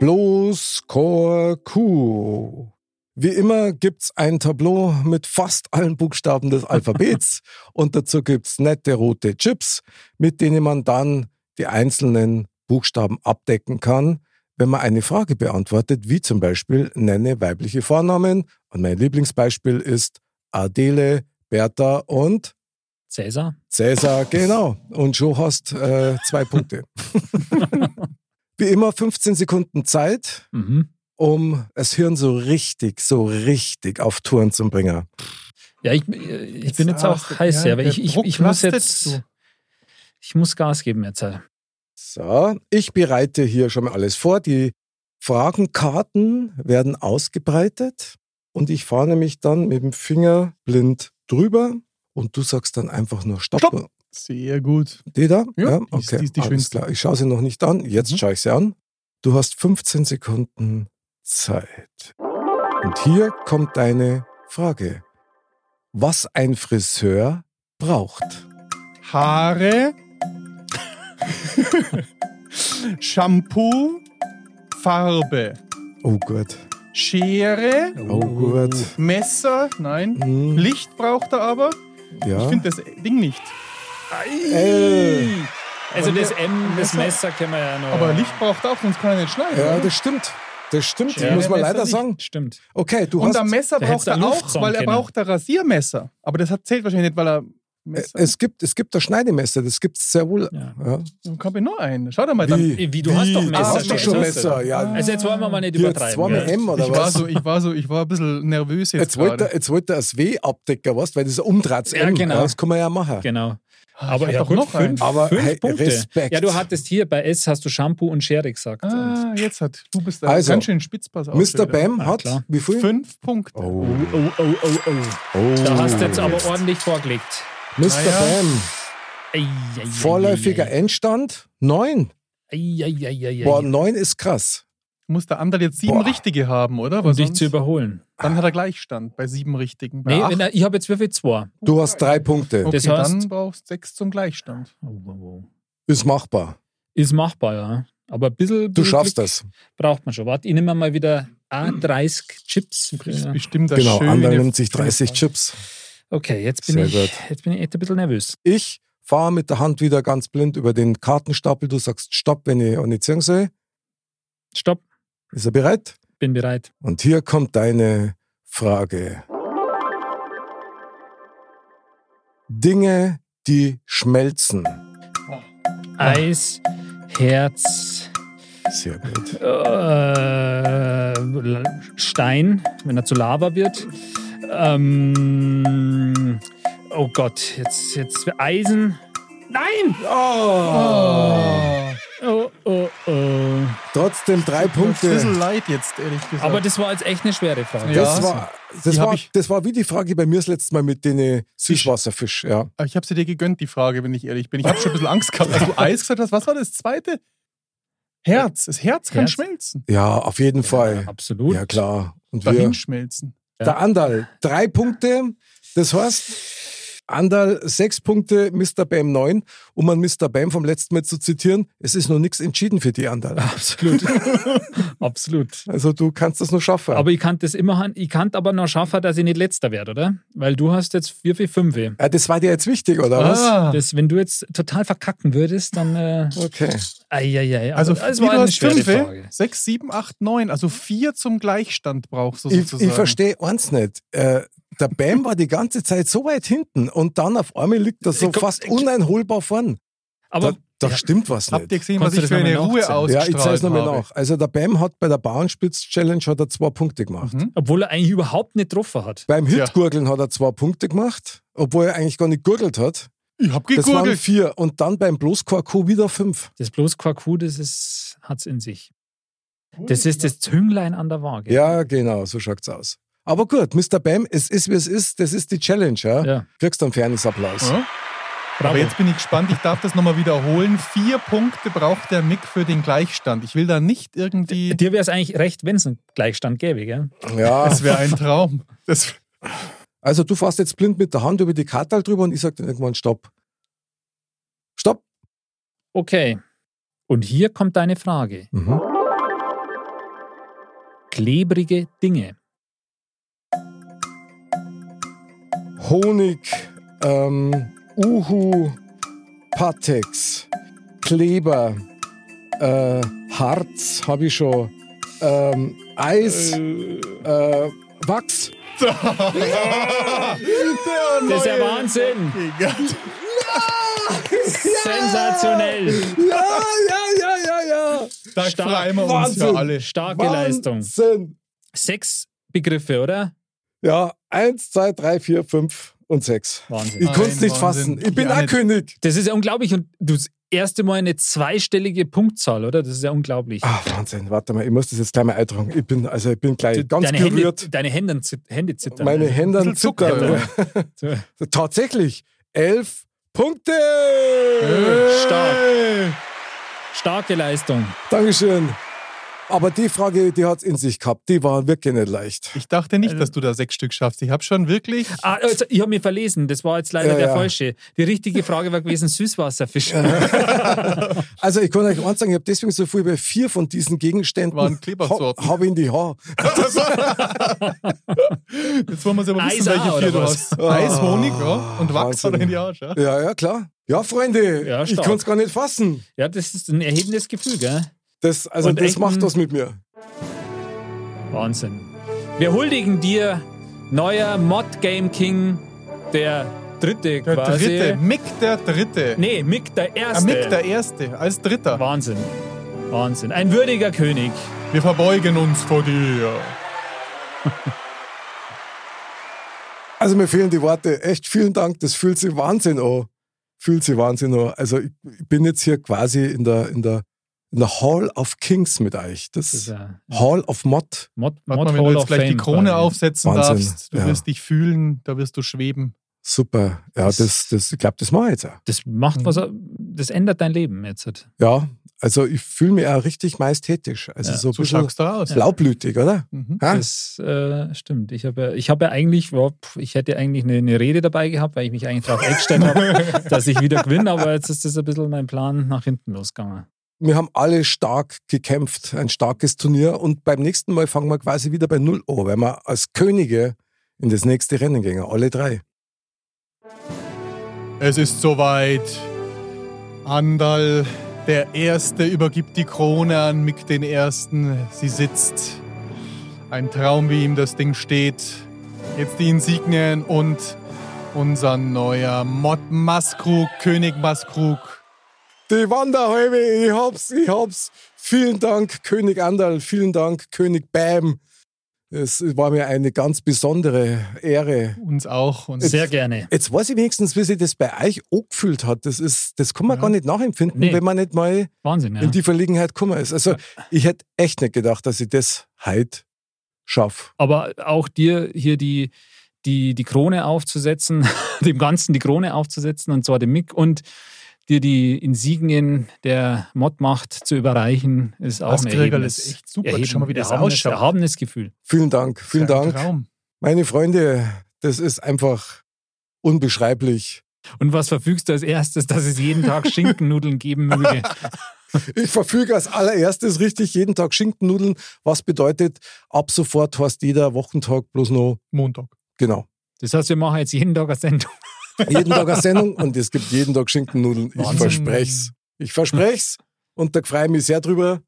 [SPEAKER 1] Bloß Korku. Wie immer gibt's ein Tableau mit fast allen Buchstaben des Alphabets
[SPEAKER 2] [laughs]
[SPEAKER 1] und dazu gibt's nette rote Chips, mit denen man dann die einzelnen Buchstaben abdecken kann wenn man eine Frage beantwortet, wie zum Beispiel nenne weibliche Vornamen. Und mein Lieblingsbeispiel ist Adele, Bertha und
[SPEAKER 3] Cäsar?
[SPEAKER 1] Cäsar. Genau. Und schon hast äh, zwei Punkte. wie immer 15 Sekunden Zeit,
[SPEAKER 3] Mhm.
[SPEAKER 1] um das Hirn so richtig, so richtig auf Touren zu bringen.
[SPEAKER 3] Ja, ich, äh, ich bin jetzt auch
[SPEAKER 2] lastet-
[SPEAKER 3] heiß,
[SPEAKER 2] ja,
[SPEAKER 3] ja, aber
[SPEAKER 2] der
[SPEAKER 3] ich, ich,
[SPEAKER 2] Druck
[SPEAKER 3] ich muss
[SPEAKER 2] lastet
[SPEAKER 3] jetzt.
[SPEAKER 2] so.
[SPEAKER 3] Ich muss Gas geben jetzt. halt.
[SPEAKER 1] So, ich bereite hier schon mal alles vor. Die Fragenkarten werden ausgebreitet und ich fahre nämlich dann mit dem Finger blind drüber und du sagst dann einfach nur Stopp.
[SPEAKER 2] Stopp. Sehr gut.
[SPEAKER 1] Die da?
[SPEAKER 2] Ja,
[SPEAKER 1] Ja,
[SPEAKER 2] die ist-
[SPEAKER 1] okay.
[SPEAKER 2] die ist die
[SPEAKER 1] alles
[SPEAKER 2] schönste.
[SPEAKER 1] klar. Ich schaue sie noch nicht an. Jetzt
[SPEAKER 2] Mhm.
[SPEAKER 1] schaue ich sie an. Du hast 15 Sekunden Zeit. Und hier kommt deine Frage. Was ein Friseur braucht.
[SPEAKER 2] Haare, [laughs] Shampoo, Farbe,
[SPEAKER 1] Oh gut.
[SPEAKER 2] Schere,
[SPEAKER 1] Oh, gut.
[SPEAKER 2] Messer, nein.
[SPEAKER 1] Hm,
[SPEAKER 2] Licht braucht er aber. Ich
[SPEAKER 1] ja.
[SPEAKER 2] finde das Ding nicht.
[SPEAKER 1] Äh,
[SPEAKER 3] Also
[SPEAKER 2] Aber
[SPEAKER 3] das
[SPEAKER 2] mir-
[SPEAKER 3] M, das
[SPEAKER 2] Messer-
[SPEAKER 3] Messer können wir ja noch.
[SPEAKER 2] Aber Licht braucht er auch, sonst kann er nicht schneiden.
[SPEAKER 1] ja,
[SPEAKER 2] oder?
[SPEAKER 1] das stimmt. Das stimmt,
[SPEAKER 3] Ja,
[SPEAKER 1] muss man
[SPEAKER 2] Messer
[SPEAKER 1] leider
[SPEAKER 2] nicht.
[SPEAKER 1] sagen.
[SPEAKER 3] Stimmt.
[SPEAKER 1] Okay, du
[SPEAKER 2] Und
[SPEAKER 1] hast.
[SPEAKER 2] am Messer
[SPEAKER 3] da
[SPEAKER 2] braucht
[SPEAKER 3] hättest
[SPEAKER 2] er
[SPEAKER 3] du
[SPEAKER 2] auch,
[SPEAKER 3] Luftzaun
[SPEAKER 2] weil er
[SPEAKER 3] können.
[SPEAKER 2] braucht ein Rasiermesser. Aber das hat- zählt wahrscheinlich nicht, weil er Messer.
[SPEAKER 1] Äh, es gibt, es gibt das Schneidemesser, das gibt es sehr wohl.
[SPEAKER 3] Ja.
[SPEAKER 1] Ja.
[SPEAKER 2] Dann kommt noch einen. Schau doch mal dann.
[SPEAKER 3] Wie, du hast doch
[SPEAKER 1] Wie?
[SPEAKER 3] Messer.
[SPEAKER 1] Du hast doch schon
[SPEAKER 3] das hast du.
[SPEAKER 1] Messer, ja.
[SPEAKER 3] Also jetzt wollen wir mal nicht
[SPEAKER 1] Hier,
[SPEAKER 3] übertreiben.
[SPEAKER 1] zweimal
[SPEAKER 3] ja.
[SPEAKER 1] M oder
[SPEAKER 2] Ah. Ich
[SPEAKER 1] was?
[SPEAKER 2] war, so, ich, war so, ich war ein bisschen nervös jetzt.
[SPEAKER 1] Jetzt wollte,
[SPEAKER 2] gerade.
[SPEAKER 1] er- jetzt wollte er das W abdecken, weißt, weil das ist ein Umdrahts
[SPEAKER 3] Ja,
[SPEAKER 1] M.
[SPEAKER 3] genau.
[SPEAKER 1] Das kann man ja machen.
[SPEAKER 3] Genau.
[SPEAKER 2] ich
[SPEAKER 3] Aber
[SPEAKER 2] hab
[SPEAKER 3] ja,
[SPEAKER 2] doch
[SPEAKER 3] gut,
[SPEAKER 2] noch einen.
[SPEAKER 3] fünf,
[SPEAKER 1] Aber
[SPEAKER 3] fünf
[SPEAKER 1] hey,
[SPEAKER 3] Punkte.
[SPEAKER 1] Respekt.
[SPEAKER 3] Ja, du hattest hier bei S hast du Shampoo und Schere gesagt. Und
[SPEAKER 2] Ah, jetzt hat. Du bist da
[SPEAKER 1] Also,
[SPEAKER 2] ganz schön Spitzpass auch
[SPEAKER 1] Mr.
[SPEAKER 2] schon wieder.
[SPEAKER 1] Bam
[SPEAKER 3] Ah,
[SPEAKER 1] hat
[SPEAKER 3] klar.
[SPEAKER 1] wie viel?
[SPEAKER 2] Fünf Punkte.
[SPEAKER 1] Oh.
[SPEAKER 3] oh, oh, oh, oh.
[SPEAKER 1] Oh.
[SPEAKER 3] Da hast du jetzt aber ordentlich vorgelegt.
[SPEAKER 1] Mr.
[SPEAKER 2] Naja.
[SPEAKER 1] Bam,
[SPEAKER 3] Ei, ei, ei,
[SPEAKER 1] vorläufiger
[SPEAKER 3] ei,
[SPEAKER 1] Endstand neun.
[SPEAKER 3] ei, ei, ei, ei, ei.
[SPEAKER 1] Boah, neun ist krass.
[SPEAKER 2] Muss der andere jetzt sieben
[SPEAKER 1] Boah.
[SPEAKER 2] richtige haben, oder?
[SPEAKER 3] um
[SPEAKER 2] Weil
[SPEAKER 3] dich zu
[SPEAKER 2] sonst-
[SPEAKER 3] überholen.
[SPEAKER 2] Dann hat er Gleichstand bei sieben richtigen. Bei
[SPEAKER 3] Nee,
[SPEAKER 2] acht.
[SPEAKER 3] wenn er, ich habe jetzt Würfel 2.
[SPEAKER 1] Du hast drei Punkte.
[SPEAKER 2] okay,
[SPEAKER 3] das heißt-
[SPEAKER 2] dann brauchst du sechs zum Gleichstand.
[SPEAKER 1] Ist machbar.
[SPEAKER 3] Oh, Ist machbar, ja. Aber ein bisschen,
[SPEAKER 1] Du
[SPEAKER 3] bisschen
[SPEAKER 1] schaffst
[SPEAKER 3] Glück
[SPEAKER 1] das.
[SPEAKER 3] braucht man schon. Warte, ich nehme mal wieder A30 Chips.
[SPEAKER 2] Du kriegst
[SPEAKER 3] Ja.
[SPEAKER 2] bestimmt das
[SPEAKER 1] Genau,
[SPEAKER 2] schöne-
[SPEAKER 1] Ander nimmt sich 30
[SPEAKER 2] schöne-
[SPEAKER 1] Chips.
[SPEAKER 3] Okay, jetzt bin,
[SPEAKER 1] Sehr
[SPEAKER 3] ich,
[SPEAKER 1] gut.
[SPEAKER 3] jetzt bin ich echt ein bisschen nervös.
[SPEAKER 1] Ich fahre mit der Hand wieder ganz blind über den Kartenstapel. Du sagst Stopp, wenn ich eine Zirn sehe.
[SPEAKER 3] Stopp,
[SPEAKER 1] Ist er bereit?
[SPEAKER 3] bin bereit.
[SPEAKER 1] Und hier kommt deine Frage. Dinge, die schmelzen.
[SPEAKER 3] Eis, Herz,
[SPEAKER 1] Sehr gut.
[SPEAKER 3] äh, Stein, wenn er zu Lava wird. Ähm, oh Gott, jetzt, jetzt Eisen. Nein!
[SPEAKER 2] Oh.
[SPEAKER 3] Oh, oh, oh.
[SPEAKER 1] Trotzdem drei
[SPEAKER 2] Ein bisschen
[SPEAKER 1] Punkte.
[SPEAKER 2] leid jetzt, ehrlich gesagt.
[SPEAKER 7] Aber das war jetzt echt eine schwere Frage.
[SPEAKER 2] Ja.
[SPEAKER 1] Das
[SPEAKER 2] also,
[SPEAKER 1] war, das,
[SPEAKER 2] Die hab
[SPEAKER 1] war,
[SPEAKER 2] ich- das
[SPEAKER 1] das war wie die Frage bei mir das letzte Mal mit den äh, Süßwasserfisch. Ja.
[SPEAKER 2] Aber ich habe sie dir gegönnt, die Frage, wenn ich ehrlich bin. Ich habe schon ein bisschen Angst gehabt, als du Eis gesagt hast. Was war das zweite? Herz. Das Herz kann
[SPEAKER 3] Herz?
[SPEAKER 2] schmelzen.
[SPEAKER 1] ja, auf jeden Fall.
[SPEAKER 3] Absolut.
[SPEAKER 1] Ja, klar. Und wir,
[SPEAKER 2] Dahin schmelzen.
[SPEAKER 1] der Andal, drei Punkte. Das heißt, Andal sechs Punkte, Mr. Bam neun. Um an Mr. Bam vom letzten Mal zu zitieren, es ist noch nichts entschieden für die Andal.
[SPEAKER 3] Absolut. [laughs] Absolut.
[SPEAKER 1] Also du kannst das nur schaffen.
[SPEAKER 3] Aber ich kann das immer, ich kann aber noch schaffen, dass ich nicht letzter werde, oder? Weil du hast jetzt 4 für 5.
[SPEAKER 1] ja, Ah, das war dir jetzt wichtig, oder was?
[SPEAKER 2] Ah.
[SPEAKER 3] Das, wenn du jetzt total verkacken würdest, dann. Äh,
[SPEAKER 1] Okay.
[SPEAKER 3] eieiei.
[SPEAKER 2] Also,
[SPEAKER 3] es
[SPEAKER 2] wie
[SPEAKER 3] war
[SPEAKER 2] du
[SPEAKER 3] eine
[SPEAKER 2] hast
[SPEAKER 3] schwere
[SPEAKER 2] fünf,
[SPEAKER 3] Frage.
[SPEAKER 2] 6, 7, 8, 9. Also vier zum Gleichstand brauchst du
[SPEAKER 1] Ich,
[SPEAKER 2] sozusagen.
[SPEAKER 1] ich verstehe eins nicht. Äh, der Bam war die ganze Zeit so weit hinten und dann auf einmal liegt er so
[SPEAKER 3] Ich komm-
[SPEAKER 1] fast uneinholbar vorn.
[SPEAKER 3] Aber
[SPEAKER 1] da da
[SPEAKER 3] ja.
[SPEAKER 1] stimmt was
[SPEAKER 2] Habt ihr
[SPEAKER 1] nicht.
[SPEAKER 2] gesehen, was
[SPEAKER 3] Konntest
[SPEAKER 2] ich
[SPEAKER 3] du
[SPEAKER 2] für
[SPEAKER 3] das
[SPEAKER 2] eine
[SPEAKER 3] nochmal
[SPEAKER 2] Ruhe
[SPEAKER 3] nachzählen?
[SPEAKER 2] ausgestrahlt
[SPEAKER 1] Ja, ich zeige es nochmal
[SPEAKER 2] habe?
[SPEAKER 1] nach. Also der Bam hat bei der Bauernspitz-Challenge hat er zwei Punkte gemacht.
[SPEAKER 2] Mhm.
[SPEAKER 3] obwohl er eigentlich überhaupt nicht getroffen hat.
[SPEAKER 1] Beim
[SPEAKER 2] Tja.
[SPEAKER 1] Hitgurgeln hat er zwei Punkte gemacht, obwohl er eigentlich gar nicht gurgelt hat.
[SPEAKER 2] Ich habe
[SPEAKER 1] Das waren
[SPEAKER 2] gegurgelt.
[SPEAKER 1] vier. Und dann beim Bloßquarko wieder fünf.
[SPEAKER 3] Das bloß Quarku, das ist, hat's in sich. Das ist das Zünglein an der Waage.
[SPEAKER 1] Ja, genau, so schaut's aus. Aber gut, Mr. Bam, es ist wie es ist, das ist die Challenge. Ja?
[SPEAKER 3] Ja.
[SPEAKER 1] Kriegst dann fernes Applaus.
[SPEAKER 3] Hm?
[SPEAKER 2] Ja. Aber jetzt bin ich gespannt. Ich darf das nochmal wiederholen. Vier Punkte braucht der Mick für den Gleichstand. Ich will da nicht irgendwie...
[SPEAKER 3] Dir wäre es eigentlich recht, wenn es einen Gleichstand gäbe, gell?
[SPEAKER 1] Ja,
[SPEAKER 2] Das wäre ein Traum. Das,
[SPEAKER 1] also du fährst jetzt blind mit der Hand über die Karte halt drüber und ich sag dann irgendwann Stopp. Stopp.
[SPEAKER 3] Okay. Und hier kommt deine Frage.
[SPEAKER 1] Mhm.
[SPEAKER 3] Klebrige Dinge.
[SPEAKER 1] Honig, ähm, Uhu, Patex, Kleber, äh, Harz habe ich schon, ähm, Eis, äh, Wachs.
[SPEAKER 3] Das ist ja Wahnsinn! Sensationell!
[SPEAKER 1] Ja, ja, ja, ja, ja.
[SPEAKER 2] da
[SPEAKER 3] Stark.
[SPEAKER 2] freuen wir uns ja
[SPEAKER 1] Wahnsinn.
[SPEAKER 2] alle.
[SPEAKER 3] Starke Leistung.
[SPEAKER 1] Wahnsinn.
[SPEAKER 3] Sechs Begriffe, oder?
[SPEAKER 1] Ja, eins, zwei, drei, vier, fünf und sechs.
[SPEAKER 3] Wahnsinn.
[SPEAKER 1] Ich konnte es nicht
[SPEAKER 2] Wahnsinn.
[SPEAKER 1] fassen. Ich bin
[SPEAKER 2] Ja,
[SPEAKER 1] auch
[SPEAKER 2] nicht.
[SPEAKER 1] König.
[SPEAKER 3] Das ist ja unglaublich. Und du das erste Mal eine zweistellige Punktzahl, oder? Das ist ja unglaublich.
[SPEAKER 1] Ah, Wahnsinn, warte mal, ich muss das jetzt gleich mal eintragen. Ich bin, also ich bin gleich ganz
[SPEAKER 3] deine
[SPEAKER 1] gerührt.
[SPEAKER 3] Hände, deine Hände, zit- Hände zittern.
[SPEAKER 1] Meine Hände
[SPEAKER 2] bisschen Zucker
[SPEAKER 1] zittern. [laughs] Tatsächlich, elf Punkte!
[SPEAKER 3] Stark. Starke Leistung.
[SPEAKER 1] Dankeschön. Aber die Frage, die hat es in sich gehabt. Die war wirklich nicht leicht.
[SPEAKER 2] Ich dachte
[SPEAKER 3] Also
[SPEAKER 2] nicht, dass du da sechs Stück schaffst. Ich habe schon wirklich.
[SPEAKER 3] Ah, also, ich habe mir verlesen. Das war jetzt leider
[SPEAKER 1] Ja,
[SPEAKER 3] der
[SPEAKER 1] ja.
[SPEAKER 3] falsche. Die richtige Frage war gewesen: Süßwasserfisch.
[SPEAKER 1] Also ich kann euch eins sagen, ich habe deswegen so viel bei vier von diesen Gegenständen
[SPEAKER 2] Waren Klebersorten.
[SPEAKER 1] habe ich in die Haare.
[SPEAKER 2] Jetzt wollen wir aber wissen,
[SPEAKER 3] Eis auch,
[SPEAKER 2] welche vier
[SPEAKER 3] oder
[SPEAKER 2] du
[SPEAKER 3] was?
[SPEAKER 2] hast. Eis, Honig ja, und Wachs
[SPEAKER 1] Ah, Wahnsinn.
[SPEAKER 2] oder in die Arsch. Ja?
[SPEAKER 1] Ja, ja, klar. Ja, Freunde,
[SPEAKER 3] Ja,
[SPEAKER 1] ich
[SPEAKER 3] stark.
[SPEAKER 1] kann es gar nicht fassen.
[SPEAKER 3] Ja, das ist ein erhebendes Gefühl, gell?
[SPEAKER 1] Das, also
[SPEAKER 3] Und
[SPEAKER 1] das
[SPEAKER 3] echten-
[SPEAKER 1] macht was mit mir.
[SPEAKER 3] Wahnsinn. Wir huldigen dir, neuer Mod Game King, der dritte
[SPEAKER 2] Der
[SPEAKER 3] quasi.
[SPEAKER 2] dritte. Mick der Dritte.
[SPEAKER 3] Nee, Mick der
[SPEAKER 2] Ah,
[SPEAKER 3] erste.
[SPEAKER 2] Mick der Erste als Dritter.
[SPEAKER 3] Wahnsinn. Wahnsinn. Ein würdiger König.
[SPEAKER 2] Wir verbeugen uns vor dir.
[SPEAKER 1] Also mir fehlen die Worte. Echt vielen Dank. Das fühlt sich Wahnsinn an. Fühlt sich Wahnsinn an. Also ich, ich bin jetzt hier quasi in der, in der, in der Hall of Kings mit euch. Das,
[SPEAKER 3] Das ist ja
[SPEAKER 1] Hall of Mod.
[SPEAKER 3] Mod,
[SPEAKER 2] Warte
[SPEAKER 3] Mod
[SPEAKER 2] mal, wenn
[SPEAKER 3] Hall
[SPEAKER 2] du jetzt
[SPEAKER 3] of
[SPEAKER 2] gleich die
[SPEAKER 3] Fame
[SPEAKER 2] Krone
[SPEAKER 3] quasi.
[SPEAKER 2] aufsetzen
[SPEAKER 1] Wahnsinn,
[SPEAKER 2] darfst, du
[SPEAKER 1] ja.
[SPEAKER 2] wirst dich fühlen, da wirst du schweben.
[SPEAKER 1] Super. Ja,
[SPEAKER 3] Das-
[SPEAKER 1] das, das, ich glaube, das mache ich jetzt auch.
[SPEAKER 3] Das
[SPEAKER 2] Hm.
[SPEAKER 3] macht was, das ändert dein Leben jetzt. halt.
[SPEAKER 1] Ja, also ich fühle mich auch richtig majestätisch. Also
[SPEAKER 3] Ja,
[SPEAKER 1] so ein
[SPEAKER 2] So
[SPEAKER 1] bisschen
[SPEAKER 2] schaust du aus.
[SPEAKER 1] blaublütig, oder?
[SPEAKER 2] Mhm.
[SPEAKER 1] Ha?
[SPEAKER 3] Das äh, stimmt. Ich habe ja, ich hab ja eigentlich, ja, pf, ich hätte eigentlich eine, eine Rede dabei gehabt, weil ich mich eigentlich darauf
[SPEAKER 2] [laughs]
[SPEAKER 3] eingestellt habe, dass ich wieder gewinne, aber jetzt ist das ein bisschen mein Plan nach hinten losgegangen.
[SPEAKER 1] Wir haben alle stark gekämpft, ein starkes Turnier. Und beim nächsten Mal fangen wir quasi wieder bei Null an, weil wir als Könige in das nächste Rennen gehen, alle drei.
[SPEAKER 2] Es ist soweit. Andal, der Erste, übergibt die Krone an Mick den Ersten. Sie sitzt. Ein Traum, wie ihm das Ding steht. Jetzt die Insignien und Unser neuer Mod Maskrug, König Maskrug.
[SPEAKER 1] Die Wanderhalbe, ich hab's, ich hab's. Vielen Dank, König Andal, vielen Dank, König Bam. Es war mir eine ganz besondere Ehre.
[SPEAKER 2] Uns auch. Und
[SPEAKER 3] Sehr gerne.
[SPEAKER 1] Jetzt weiß ich wenigstens, wie sich das bei euch angefühlt hat. Das, ist, das kann man gar nicht nachempfinden,
[SPEAKER 3] Nee.
[SPEAKER 1] wenn man nicht mal
[SPEAKER 3] Wahnsinn, ja.
[SPEAKER 1] in die Verlegenheit gekommen ist. Also, ich hätte echt nicht gedacht, dass ich das heute schaffe.
[SPEAKER 3] Aber auch dir hier die, die, die Krone aufzusetzen, [laughs] dem Ganzen die Krone aufzusetzen und zwar dem Mick und dir die Insignien der Modmacht zu überreichen, ist auch
[SPEAKER 2] Das
[SPEAKER 3] ein
[SPEAKER 2] Kriegerl
[SPEAKER 3] erhebendes,
[SPEAKER 2] ist echt super.
[SPEAKER 3] erheben,
[SPEAKER 2] Schau mal, wie das
[SPEAKER 3] erhabenes,
[SPEAKER 2] ausschaut.
[SPEAKER 3] erhabenes Gefühl.
[SPEAKER 1] Vielen Dank, vielen
[SPEAKER 2] Ist ja ein
[SPEAKER 1] Dank.
[SPEAKER 2] Traum.
[SPEAKER 1] Meine Freunde, das ist einfach unbeschreiblich.
[SPEAKER 3] Und was verfügst du als erstes, dass es jeden Tag Schinkennudeln geben [laughs] möge?
[SPEAKER 1] Ich verfüge als allererstes richtig jeden Tag Schinkennudeln, was bedeutet, ab sofort heißt jeder Wochentag bloß noch,
[SPEAKER 2] Montag.
[SPEAKER 1] genau,
[SPEAKER 3] Das heißt, wir machen jetzt jeden Tag eine Sendung.
[SPEAKER 1] jeden Tag eine Sendung und es gibt jeden Tag Schinkennudeln. Ich
[SPEAKER 2] Wahnsinn.
[SPEAKER 1] versprech's. Ich versprech's und da freue ich mich sehr drüber.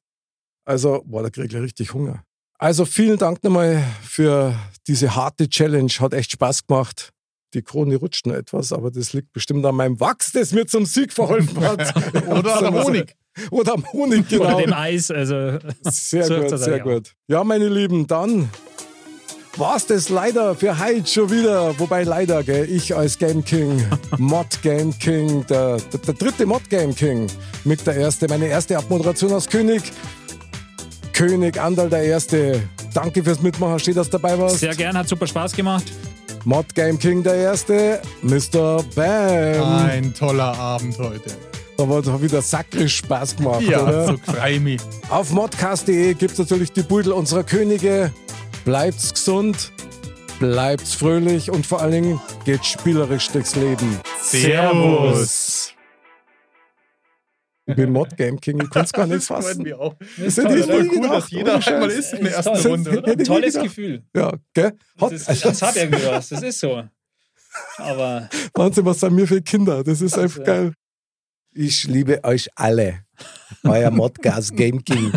[SPEAKER 1] Also, boah, da krieg ich richtig Hunger. Also vielen Dank nochmal für diese harte Challenge. Hat echt Spaß gemacht. Die Krone rutscht noch etwas, aber das liegt bestimmt an meinem Wachs, das mir zum Sieg verholfen hat.
[SPEAKER 2] [laughs]
[SPEAKER 1] [laughs]
[SPEAKER 2] Oder an der Honig.
[SPEAKER 1] Oder am Honig, genau.
[SPEAKER 3] Oder dem Eis. Also,
[SPEAKER 1] Sehr
[SPEAKER 3] Surft
[SPEAKER 1] gut,
[SPEAKER 3] das
[SPEAKER 1] sehr
[SPEAKER 3] eigentlich auch.
[SPEAKER 1] gut. Ja, meine Lieben, dann war's das leider für heute schon wieder. Wobei leider, gell, ich als Game King, Mod Game King, der, der, der dritte Mod Game King, mit der erste, meine erste Abmoderation als König. König Andal der Erste. Danke fürs Mitmachen, steht, dass du dabei warst.
[SPEAKER 3] sehr gern, hat super Spaß gemacht.
[SPEAKER 1] Mod Game King der Erste, Mr. Bam.
[SPEAKER 2] Ein toller Abend heute.
[SPEAKER 1] Aber da hat wieder sakrisch Spaß gemacht, oder?
[SPEAKER 2] Ja, also so frei mich.
[SPEAKER 1] Auf modcast.de gibt es natürlich die Beutel unserer Könige. Bleibt's gesund, bleibt's fröhlich und vor allen Dingen geht spielerisch durchs Leben.
[SPEAKER 2] Servus.
[SPEAKER 1] Ich bin Mod Game King, ich kann's
[SPEAKER 2] [laughs]
[SPEAKER 1] gar nicht
[SPEAKER 2] freut
[SPEAKER 1] fassen.
[SPEAKER 2] mich auch.
[SPEAKER 1] Das
[SPEAKER 2] Das
[SPEAKER 1] hätte ich
[SPEAKER 2] ist voll
[SPEAKER 1] nie
[SPEAKER 2] cool,
[SPEAKER 1] gedacht.
[SPEAKER 2] dass jeder
[SPEAKER 1] ohne Scheiß.
[SPEAKER 2] einmal ist in der
[SPEAKER 3] Ist
[SPEAKER 2] ersten
[SPEAKER 3] toll.
[SPEAKER 2] Runde, oder?
[SPEAKER 1] Hätte ich nie
[SPEAKER 3] Tolles
[SPEAKER 1] gedacht.
[SPEAKER 3] Gefühl.
[SPEAKER 1] Ja, gell? Hat,
[SPEAKER 3] Das,
[SPEAKER 1] [laughs]
[SPEAKER 3] das hat irgendwie was, das ist so. Aber
[SPEAKER 1] Wahnsinn, was sind wir für Kinder? Das ist einfach geil. Ich liebe euch alle. Euer Modcast Game King.